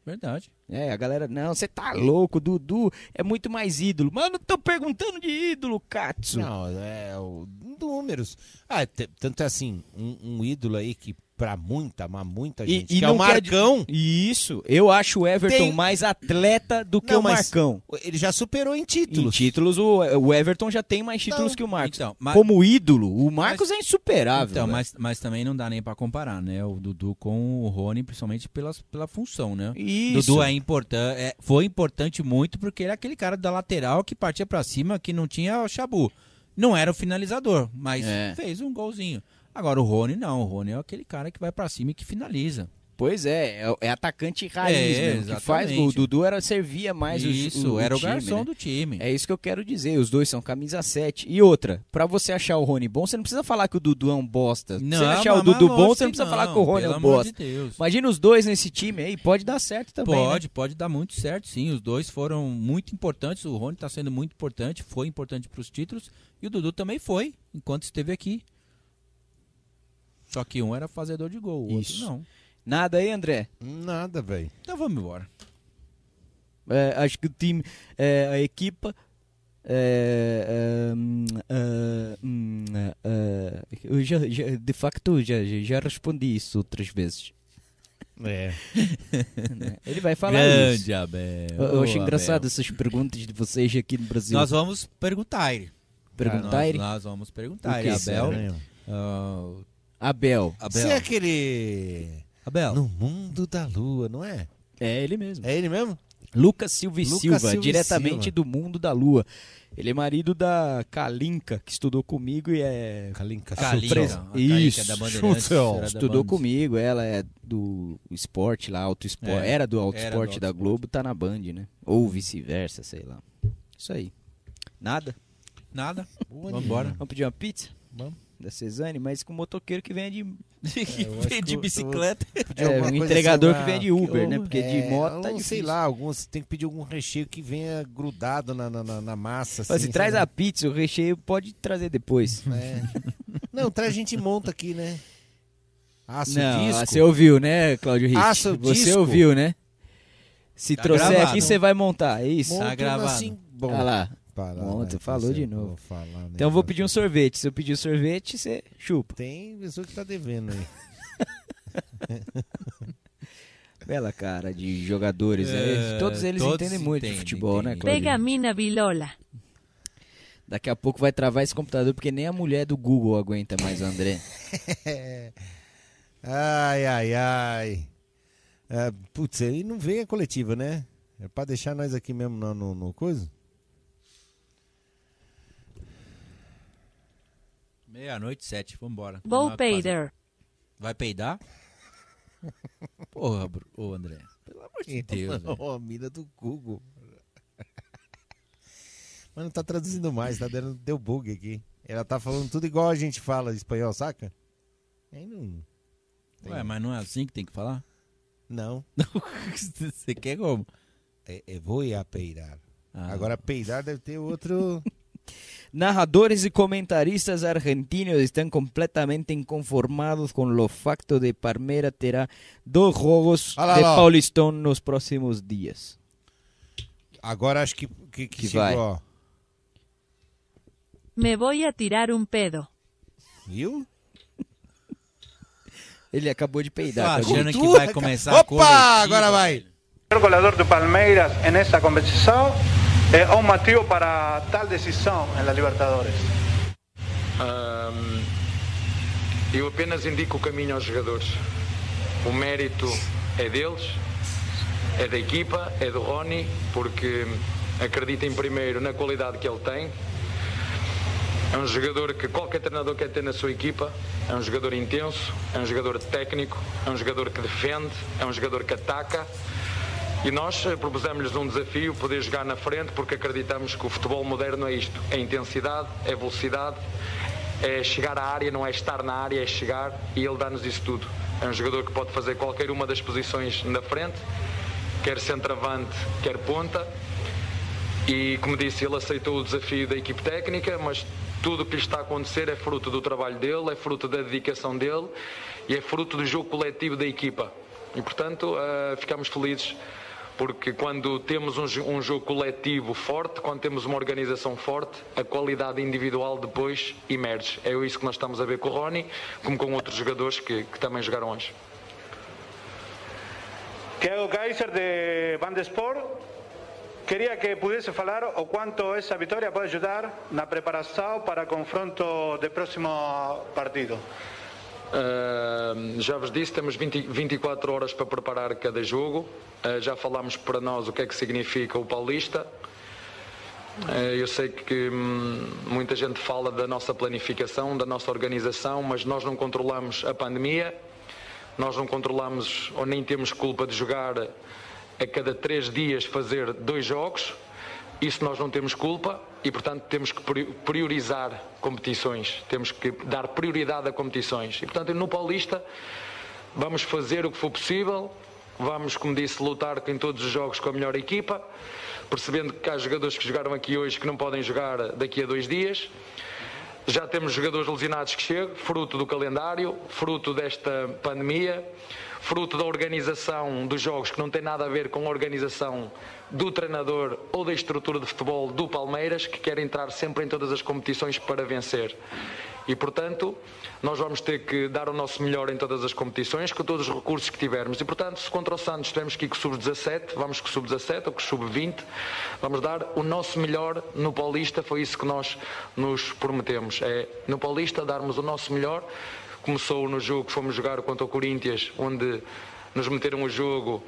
Speaker 4: verdade.
Speaker 2: É, a galera, não, você tá louco, o Dudu é muito mais ídolo. Mano, tô perguntando de ídolo, Katsu.
Speaker 3: Não, é o, números. Ah, t- tanto é assim, um, um ídolo aí que pra muita, mas muita
Speaker 2: E-
Speaker 3: gente,
Speaker 2: e
Speaker 3: que é o
Speaker 2: não quer di-
Speaker 3: Marcão.
Speaker 2: Isso, eu acho o Everton
Speaker 3: Tem-
Speaker 2: mais atleta do que
Speaker 3: Não,
Speaker 2: o
Speaker 3: mas
Speaker 2: Marcão.
Speaker 3: Ele já superou em títulos.
Speaker 2: Em títulos, o, o Everton já tem mais títulos
Speaker 4: Então,
Speaker 2: que o Marcos.
Speaker 4: então, mas-
Speaker 2: Como ídolo, o Marcos é insuperável.
Speaker 4: Então,
Speaker 2: velho.
Speaker 4: mas, mas também não dá nem pra comparar, né? O Dudu com o Rony, principalmente pelas, pela função, né?
Speaker 2: Isso.
Speaker 4: Dudu é importante, foi importante muito porque ele é aquele cara da lateral que partia pra cima, que não tinha o chabu. Não era o finalizador, mas
Speaker 2: É.
Speaker 4: fez um golzinho. Agora o Rony não, o Rony é aquele cara que vai pra cima e que finaliza.
Speaker 2: Pois é, é, é atacante raiz
Speaker 4: É,
Speaker 2: mesmo, que faz gol. O
Speaker 4: exatamente.
Speaker 2: Dudu era, servia mais o-
Speaker 4: Isso,
Speaker 2: o,
Speaker 4: era o
Speaker 2: time,
Speaker 4: garçom
Speaker 2: né?
Speaker 4: do time.
Speaker 2: É isso que eu quero dizer, os dois são camisa 7. E outra, pra você achar o Rony bom, você não precisa falar que o Dudu é um bosta. Se
Speaker 4: Não,
Speaker 2: você achar o
Speaker 4: mas-
Speaker 2: Dudu
Speaker 4: mas
Speaker 2: bom,
Speaker 4: lógico
Speaker 2: você não
Speaker 4: que
Speaker 2: precisa
Speaker 4: não,
Speaker 2: falar que o Rony é
Speaker 4: pelo
Speaker 2: um
Speaker 4: amor
Speaker 2: bosta.
Speaker 4: de Deus.
Speaker 2: Imagina os dois nesse time aí, pode dar certo também. né?
Speaker 4: Pode, pode dar muito certo, sim. Os dois foram muito importantes. O Rony está sendo muito importante, foi importante para os títulos. E o Dudu também foi, enquanto esteve aqui. Só que um era fazedor de gol, o
Speaker 2: Isso.
Speaker 4: outro não.
Speaker 2: Nada aí, André?
Speaker 3: Nada, velho.
Speaker 4: Então vamos embora.
Speaker 2: É, acho que o time, é, a equipa. é, é, hum, é, hum, é, é, eu já, já- de facto, já, já- já respondi isso outras vezes.
Speaker 3: É.
Speaker 2: Né? Ele vai falar
Speaker 4: Grande,
Speaker 2: isso.
Speaker 4: Abel.
Speaker 2: Eu, eu acho
Speaker 4: Ô,
Speaker 2: engraçado
Speaker 4: Abel.
Speaker 2: essas perguntas de vocês aqui no Brasil.
Speaker 4: Nós vamos perguntar ele. É,
Speaker 2: Perguntar
Speaker 4: Nós-
Speaker 2: ele?
Speaker 4: Nós, vamos perguntar
Speaker 2: O
Speaker 4: ele,
Speaker 2: quê?
Speaker 4: Abel.
Speaker 2: Estranho.
Speaker 4: Ah,
Speaker 2: Abel.
Speaker 4: Abel.
Speaker 3: Você é aquele.
Speaker 4: Abel.
Speaker 3: é, No mundo da lua, não é?
Speaker 2: É ele mesmo.
Speaker 3: É ele mesmo?
Speaker 2: Lucas Silva e
Speaker 3: Lucas
Speaker 2: Silva,
Speaker 3: Silva e
Speaker 2: diretamente
Speaker 3: Silva.
Speaker 2: do mundo da lua. Ele é marido da Kalinka, que estudou comigo e é.
Speaker 3: Kalinka,
Speaker 4: Kalinka,
Speaker 2: Pres-
Speaker 4: a Kalinka
Speaker 2: Isso,
Speaker 4: da Bandeirantes,
Speaker 2: Schutel.
Speaker 4: era da
Speaker 2: Estudou
Speaker 4: Band.
Speaker 2: comigo, ela é do esporte lá, Auto Esporte.
Speaker 4: É,
Speaker 2: era do Auto
Speaker 4: era do
Speaker 2: Esporte
Speaker 4: Auto
Speaker 2: da Globo, tá na Band, né? Ou vice-versa, sei lá. Isso aí. Nada?
Speaker 4: Nada. Vamos embora.
Speaker 2: Vamos pedir uma pizza?
Speaker 4: Vamos.
Speaker 2: Da Cezane, mas com motoqueiro que vem
Speaker 3: É,
Speaker 2: de,
Speaker 4: de bicicleta.
Speaker 2: É, um
Speaker 3: assim
Speaker 2: entregador que vem de Uber, né? Porque de moto tá
Speaker 3: é, não
Speaker 2: difícil.
Speaker 3: sei lá, alguns tem que pedir algum recheio que venha grudado na, na, na- na massa.
Speaker 2: Fala assim,
Speaker 3: assim, É,
Speaker 2: traz
Speaker 3: sabe?
Speaker 2: a pizza, o recheio pode trazer depois.
Speaker 3: tipo Não, traz a gente e monta aqui, né? Aço
Speaker 2: Não,
Speaker 3: assim, disco.
Speaker 2: você ouviu,
Speaker 7: é,
Speaker 2: né, Cláudio Rich?
Speaker 3: Aço
Speaker 2: você
Speaker 3: disco.
Speaker 2: ouviu, né? Se
Speaker 4: Tá
Speaker 2: trouxer
Speaker 4: gravado.
Speaker 2: aqui, você vai montar, é isso?
Speaker 4: Monta Tá uma gravado. assim-
Speaker 3: um Bom,
Speaker 2: Olha lá.
Speaker 3: para,
Speaker 2: Ah, Monta,
Speaker 3: vai,
Speaker 2: falou
Speaker 3: você
Speaker 2: de
Speaker 3: não
Speaker 2: novo.
Speaker 3: vou falar, né?
Speaker 2: então eu vou pedir um sorvete. Se eu pedir um sorvete, você chupa.
Speaker 3: Tem pessoa que tá devendo aí.
Speaker 2: Bela cara de jogadores, né?
Speaker 4: É,
Speaker 2: Todos eles
Speaker 4: todos
Speaker 2: entendem muito de
Speaker 4: entendem,
Speaker 2: futebol, né,
Speaker 4: entendem.
Speaker 2: Cláudio?
Speaker 20: Pegamina Vilola.
Speaker 2: Daqui a pouco vai travar esse computador, porque nem a mulher do Google aguenta mais o André.
Speaker 3: eh, Ai, ai, ai. É, putz, aí não vem a coletiva, né? É pra deixar nós aqui mesmo no, no, no coisa?
Speaker 4: Meia-noite, sete. Vamos embora. Não há
Speaker 20: Bo
Speaker 4: o que fazer.
Speaker 20: Peider.
Speaker 4: Vai peidar? Porra, Bru- ô André. Pelo amor de Deus. velho.
Speaker 3: Ó, a mina do Google. Mas não tá traduzindo mais, tá dando, deu bug aqui. Ela tá falando tudo igual a gente fala espanhol, saca? Aí não.
Speaker 4: Ué, mas não é assim que tem que falar?
Speaker 3: Não.
Speaker 4: Você quer como? Ah.
Speaker 3: É, é, vou ir a peirar. Agora peidar deve ter outro.
Speaker 2: Narradores y comentaristas argentinos están completamente inconformados con lo facto de Parmera terá dos juegos
Speaker 3: Alá,
Speaker 2: de
Speaker 3: alá.
Speaker 2: Paulistón en los próximos días.
Speaker 3: Agora acho que, que, que,
Speaker 2: Que
Speaker 3: chegou,
Speaker 2: vai.
Speaker 3: ó.
Speaker 20: Me voy a tirar un pedo.
Speaker 3: Viu?
Speaker 2: Ele acabou de
Speaker 4: Tô
Speaker 2: peidar.
Speaker 4: achando Tá
Speaker 2: Cadu. tá
Speaker 4: que vai começar a
Speaker 2: Opa,
Speaker 4: coletiva,
Speaker 2: agora vai.
Speaker 4: velho.
Speaker 6: O goleador do Palmeiras en esta competição é um motivo para tal decisão na Libertadores.
Speaker 7: Ahm, eu apenas indico o caminho aos jogadores. O mérito é deles, é da equipa, é do Rony, porque acreditem primeiro na qualidade que ele tem. É um jogador que qualquer treinador quer ter na sua equipa. É um jogador intenso, é um jogador técnico, é um jogador que defende, é um jogador que ataca. E nós eh, propusemos-lhes um desafio, poder jogar na frente, porque acreditamos que o futebol moderno é isto: é intensidade, é velocidade, é chegar à área, não é estar na área, é chegar, e ele dá-nos isso tudo. É um jogador que pode fazer qualquer uma das posições na frente, quer centroavante, quer ponta. E, como disse, ele aceitou o desafio da equipe técnica, mas tudo o que lhe está a acontecer é fruto do trabalho dele, é fruto da dedicação dele e é fruto do jogo coletivo da equipa. E, portanto, eh, ficamos felizes porque quando temos um, jo- um jogo coletivo forte, quando temos uma organização forte, a qualidade individual depois emerge. É isso que nós estamos a ver com o Rony, como com outros jogadores que, que também jogaram hoje.
Speaker 6: Thiago Kaiser de Bandesport queria que pudesse falar o quanto essa vitória pode ajudar na preparação para o confronto do próximo partido.
Speaker 7: Uh, já vos disse, temos 20 24 horas para preparar cada jogo. Uh, já falámos para nós o que é que significa o Paulista. Uh, eu sei que hum, muita gente fala da nossa planificação, da nossa organização, mas nós não controlamos a pandemia. Nós não controlamos ou nem temos culpa de jogar a cada três dias fazer dois jogos. Isso nós não temos culpa e, portanto, temos que pri- priorizar competições, temos que dar prioridade a competições. E, portanto, no Paulista, vamos fazer o que for possível, vamos, como disse, lutar em todos os jogos com a melhor equipa, percebendo que há jogadores que jogaram aqui hoje que não podem jogar daqui a dois dias. Já temos jogadores lesionados que chegam, fruto do calendário, fruto desta pandemia, fruto da organização dos jogos, que não tem nada a ver com a organização do treinador ou da estrutura de futebol do Palmeiras, que quer entrar sempre em todas as competições para vencer. E, portanto, nós vamos ter que dar o nosso melhor em todas as competições, com todos os recursos que tivermos. E, portanto, se contra o Santos temos que ir com o sub-17, vamos com o sub-17 ou com o sub-20, vamos dar o nosso melhor no Paulista, foi isso que nós nos prometemos. É, no Paulista, darmos o nosso melhor. Começou no jogo que fomos jogar contra o Corinthians, onde nos meteram o jogo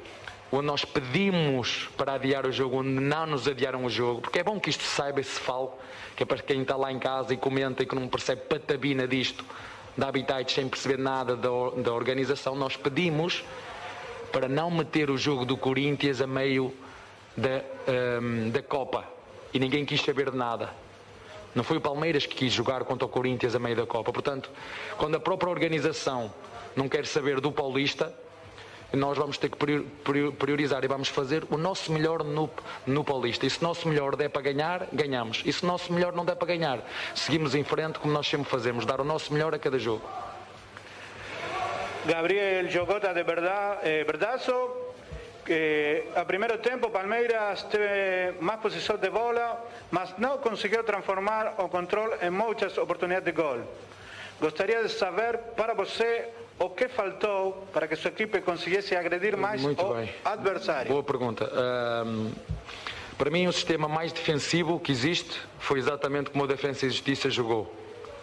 Speaker 7: onde nós pedimos para adiar o jogo, onde não nos adiaram o jogo, porque é bom que isto se saiba e se fale, que é para quem está lá em casa e comenta e que não percebe patabina disto, da Habitat sem perceber nada da, or- da organização, nós pedimos para não meter o jogo do Corinthians a meio da, ehm, da Copa. E ninguém quis saber de nada. Não foi o Palmeiras que quis jogar contra o Corinthians a meio da Copa. Portanto, quando a própria organização não quer saber do Paulista, nós vamos ter que prior- prior- priorizar e vamos fazer o nosso melhor no, no Paulista. E se o nosso melhor der para ganhar, ganhamos. E se o nosso melhor não der para ganhar, seguimos em frente como nós sempre fazemos, dar o nosso melhor a cada jogo.
Speaker 6: Gabriel Jogota de Verda- eh, Verdazo, que a primeiro tempo Palmeiras teve mais posição de bola, mas não conseguiu transformar o controle em muitas oportunidades de gol. Gostaria de saber para você o que faltou para que sua equipe conseguisse agredir mais
Speaker 7: Muito
Speaker 6: o
Speaker 7: bem.
Speaker 6: adversário.
Speaker 7: Boa pergunta. Ahm, para mim, o sistema mais defensivo que existe foi exatamente como a Defensa e Justiça jogou.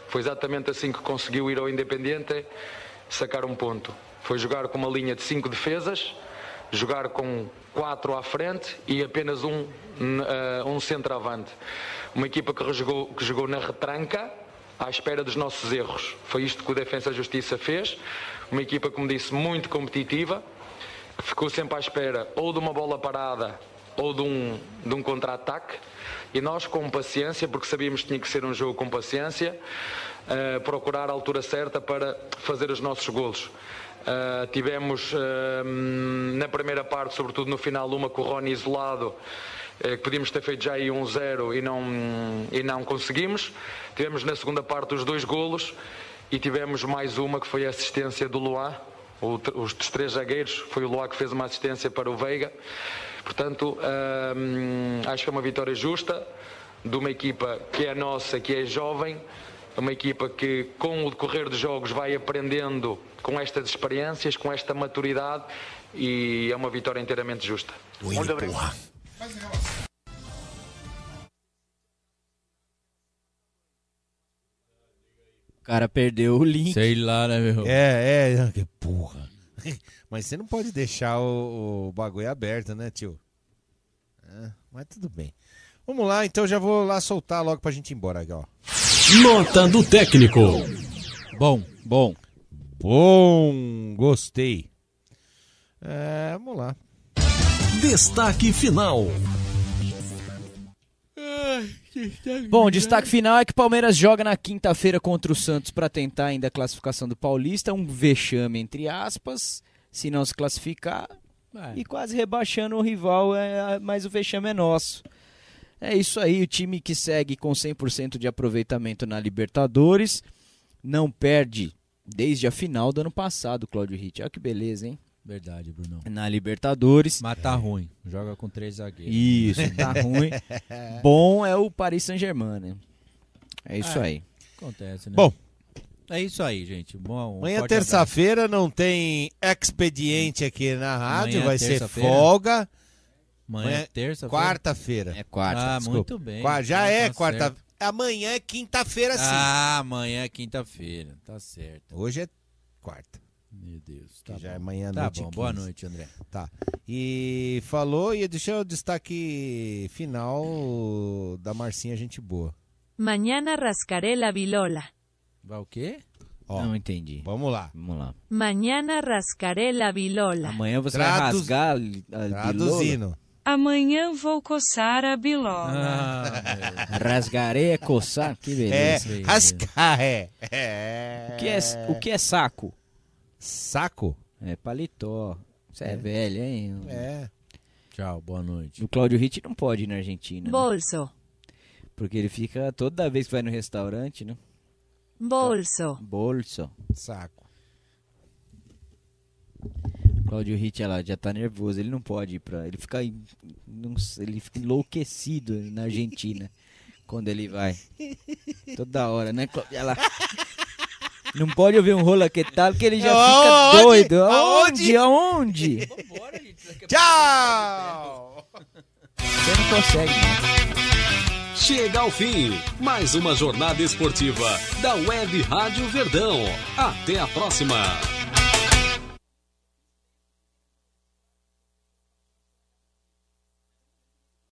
Speaker 7: Foi exatamente assim que conseguiu ir ao Independente sacar um ponto. Foi jogar com uma linha de cinco defesas, jogar com quatro à frente e apenas um, n- ah, um centroavante. Uma equipa que jogou, que jogou na retranca, à espera dos nossos erros. Foi isto que o Defensa e Justiça fez. Uma equipa, como disse, muito competitiva, que ficou sempre à espera ou de uma bola parada ou de um, de um contra-ataque. E nós, com paciência, porque sabíamos que tinha que ser um jogo com paciência, eh, procurar a altura certa para fazer os nossos golos. Eh, tivemos eh, na primeira parte, sobretudo no final, uma com o Rony isolado eh, que podíamos ter feito já aí um 0 e não, e não conseguimos. Tivemos na segunda parte os dois golos e tivemos mais uma que foi a assistência do Luan. O tr- os dos três zagueiros, foi o Luan que fez uma assistência para o Veiga. Portanto, hum, acho que é uma vitória justa de uma equipa que é nossa, que é jovem É uma equipa que, com o decorrer dos jogos, vai aprendendo com estas experiências, com esta maturidade e é uma vitória inteiramente justa. Muito obrigado.
Speaker 2: O cara perdeu o link.
Speaker 4: Sei lá, né, meu?
Speaker 3: É, é, que porra. Mas você não pode deixar o, o bagulho aberto, né, tio? É, mas tudo bem. Vamos lá, então já vou lá soltar logo pra gente ir embora aqui, ó.
Speaker 1: Nota do técnico.
Speaker 4: Bom, bom.
Speaker 3: Bom, gostei. É, vamos lá.
Speaker 1: Destaque final.
Speaker 4: tá
Speaker 2: Bom, o destaque final é que o Palmeiras joga na quinta-feira contra o Santos para tentar ainda a classificação do Paulista, um vexame entre aspas, se não se classificar,
Speaker 4: É.
Speaker 2: e quase rebaixando o rival, é, mas o vexame é nosso. É isso aí, o time que segue com 100% de aproveitamento na Libertadores, não perde desde a final do ano passado, Cláudio Ritt. Olha que beleza, hein?
Speaker 4: Verdade, Bruno.
Speaker 2: Na Libertadores.
Speaker 4: Mas tá ruim. Joga com três zagueiros.
Speaker 2: Isso, tá ruim. Bom é o Paris Saint-Germain, né? É isso
Speaker 4: É,
Speaker 2: aí.
Speaker 4: Acontece, né?
Speaker 2: Tá
Speaker 3: Bom.
Speaker 4: É isso aí, gente. Bom, um
Speaker 3: Amanhã, é
Speaker 4: forte abraço.
Speaker 3: terça-feira, não tem expediente aqui na rádio,
Speaker 4: Amanhã,
Speaker 3: vai ser
Speaker 4: terça-feira.
Speaker 3: folga.
Speaker 4: Amanhã, é terça-feira?
Speaker 3: é Quarta-feira.
Speaker 2: É
Speaker 4: quarta, Ah, desculpa. muito bem.
Speaker 3: Qua- Já
Speaker 4: Então
Speaker 3: é
Speaker 4: tá
Speaker 3: quarta.
Speaker 4: certo.
Speaker 3: Amanhã é quinta-feira, sim.
Speaker 4: Ah, amanhã é quinta-feira. Tá certo.
Speaker 3: Hoje é quarta.
Speaker 4: Meu Deus.
Speaker 3: que
Speaker 4: Tá
Speaker 3: já
Speaker 4: bom.
Speaker 3: é amanhã à
Speaker 4: Tá
Speaker 3: noite.
Speaker 4: bom, boa
Speaker 3: 15.
Speaker 4: noite, André.
Speaker 3: Tá. E falou, e deixou o destaque final da Marcinha Gente Boa.
Speaker 20: Mañana rascaré la vilola.
Speaker 4: Vai o quê?
Speaker 3: Ó,
Speaker 2: Não entendi.
Speaker 3: Vamos lá.
Speaker 2: Vamos lá.
Speaker 20: Mañana rascaré la vilola.
Speaker 2: Amanhã você vai
Speaker 3: Traduz-
Speaker 2: rasgar a li- a
Speaker 3: Traduzindo.
Speaker 8: Amanhã vou coçar a bilola.
Speaker 2: bilola? Ah, Rasgarei é coçar? Que
Speaker 3: É,
Speaker 2: beleza.
Speaker 3: rascar, é. é.
Speaker 2: O, que é, o que é saco?
Speaker 3: Saco?
Speaker 2: É paletó. Você é, velho, hein?
Speaker 3: É.
Speaker 4: Tchau, boa noite.
Speaker 2: O Claudio Ritt não pode ir na Argentina. né?
Speaker 20: Bolso.
Speaker 2: Porque ele fica toda vez que vai no restaurante, né?
Speaker 20: Bolso.
Speaker 2: Bolso.
Speaker 3: Saco.
Speaker 2: Claudio Ritt, ela já tá nervoso, ele não pode ir pra. Ele fica, em- não sei, ele fica enlouquecido na Argentina quando ele vai. Toda hora, né, Claudio? Ela. Não pode ouvir um rola que tal que ele já
Speaker 3: Aonde?
Speaker 2: fica doido.
Speaker 3: Aonde?
Speaker 2: Aonde? Aonde?
Speaker 3: Tchau!
Speaker 2: Você não consegue, né?
Speaker 1: Chega ao fim, mais uma jornada esportiva da Web Rádio Verdão. Até a próxima.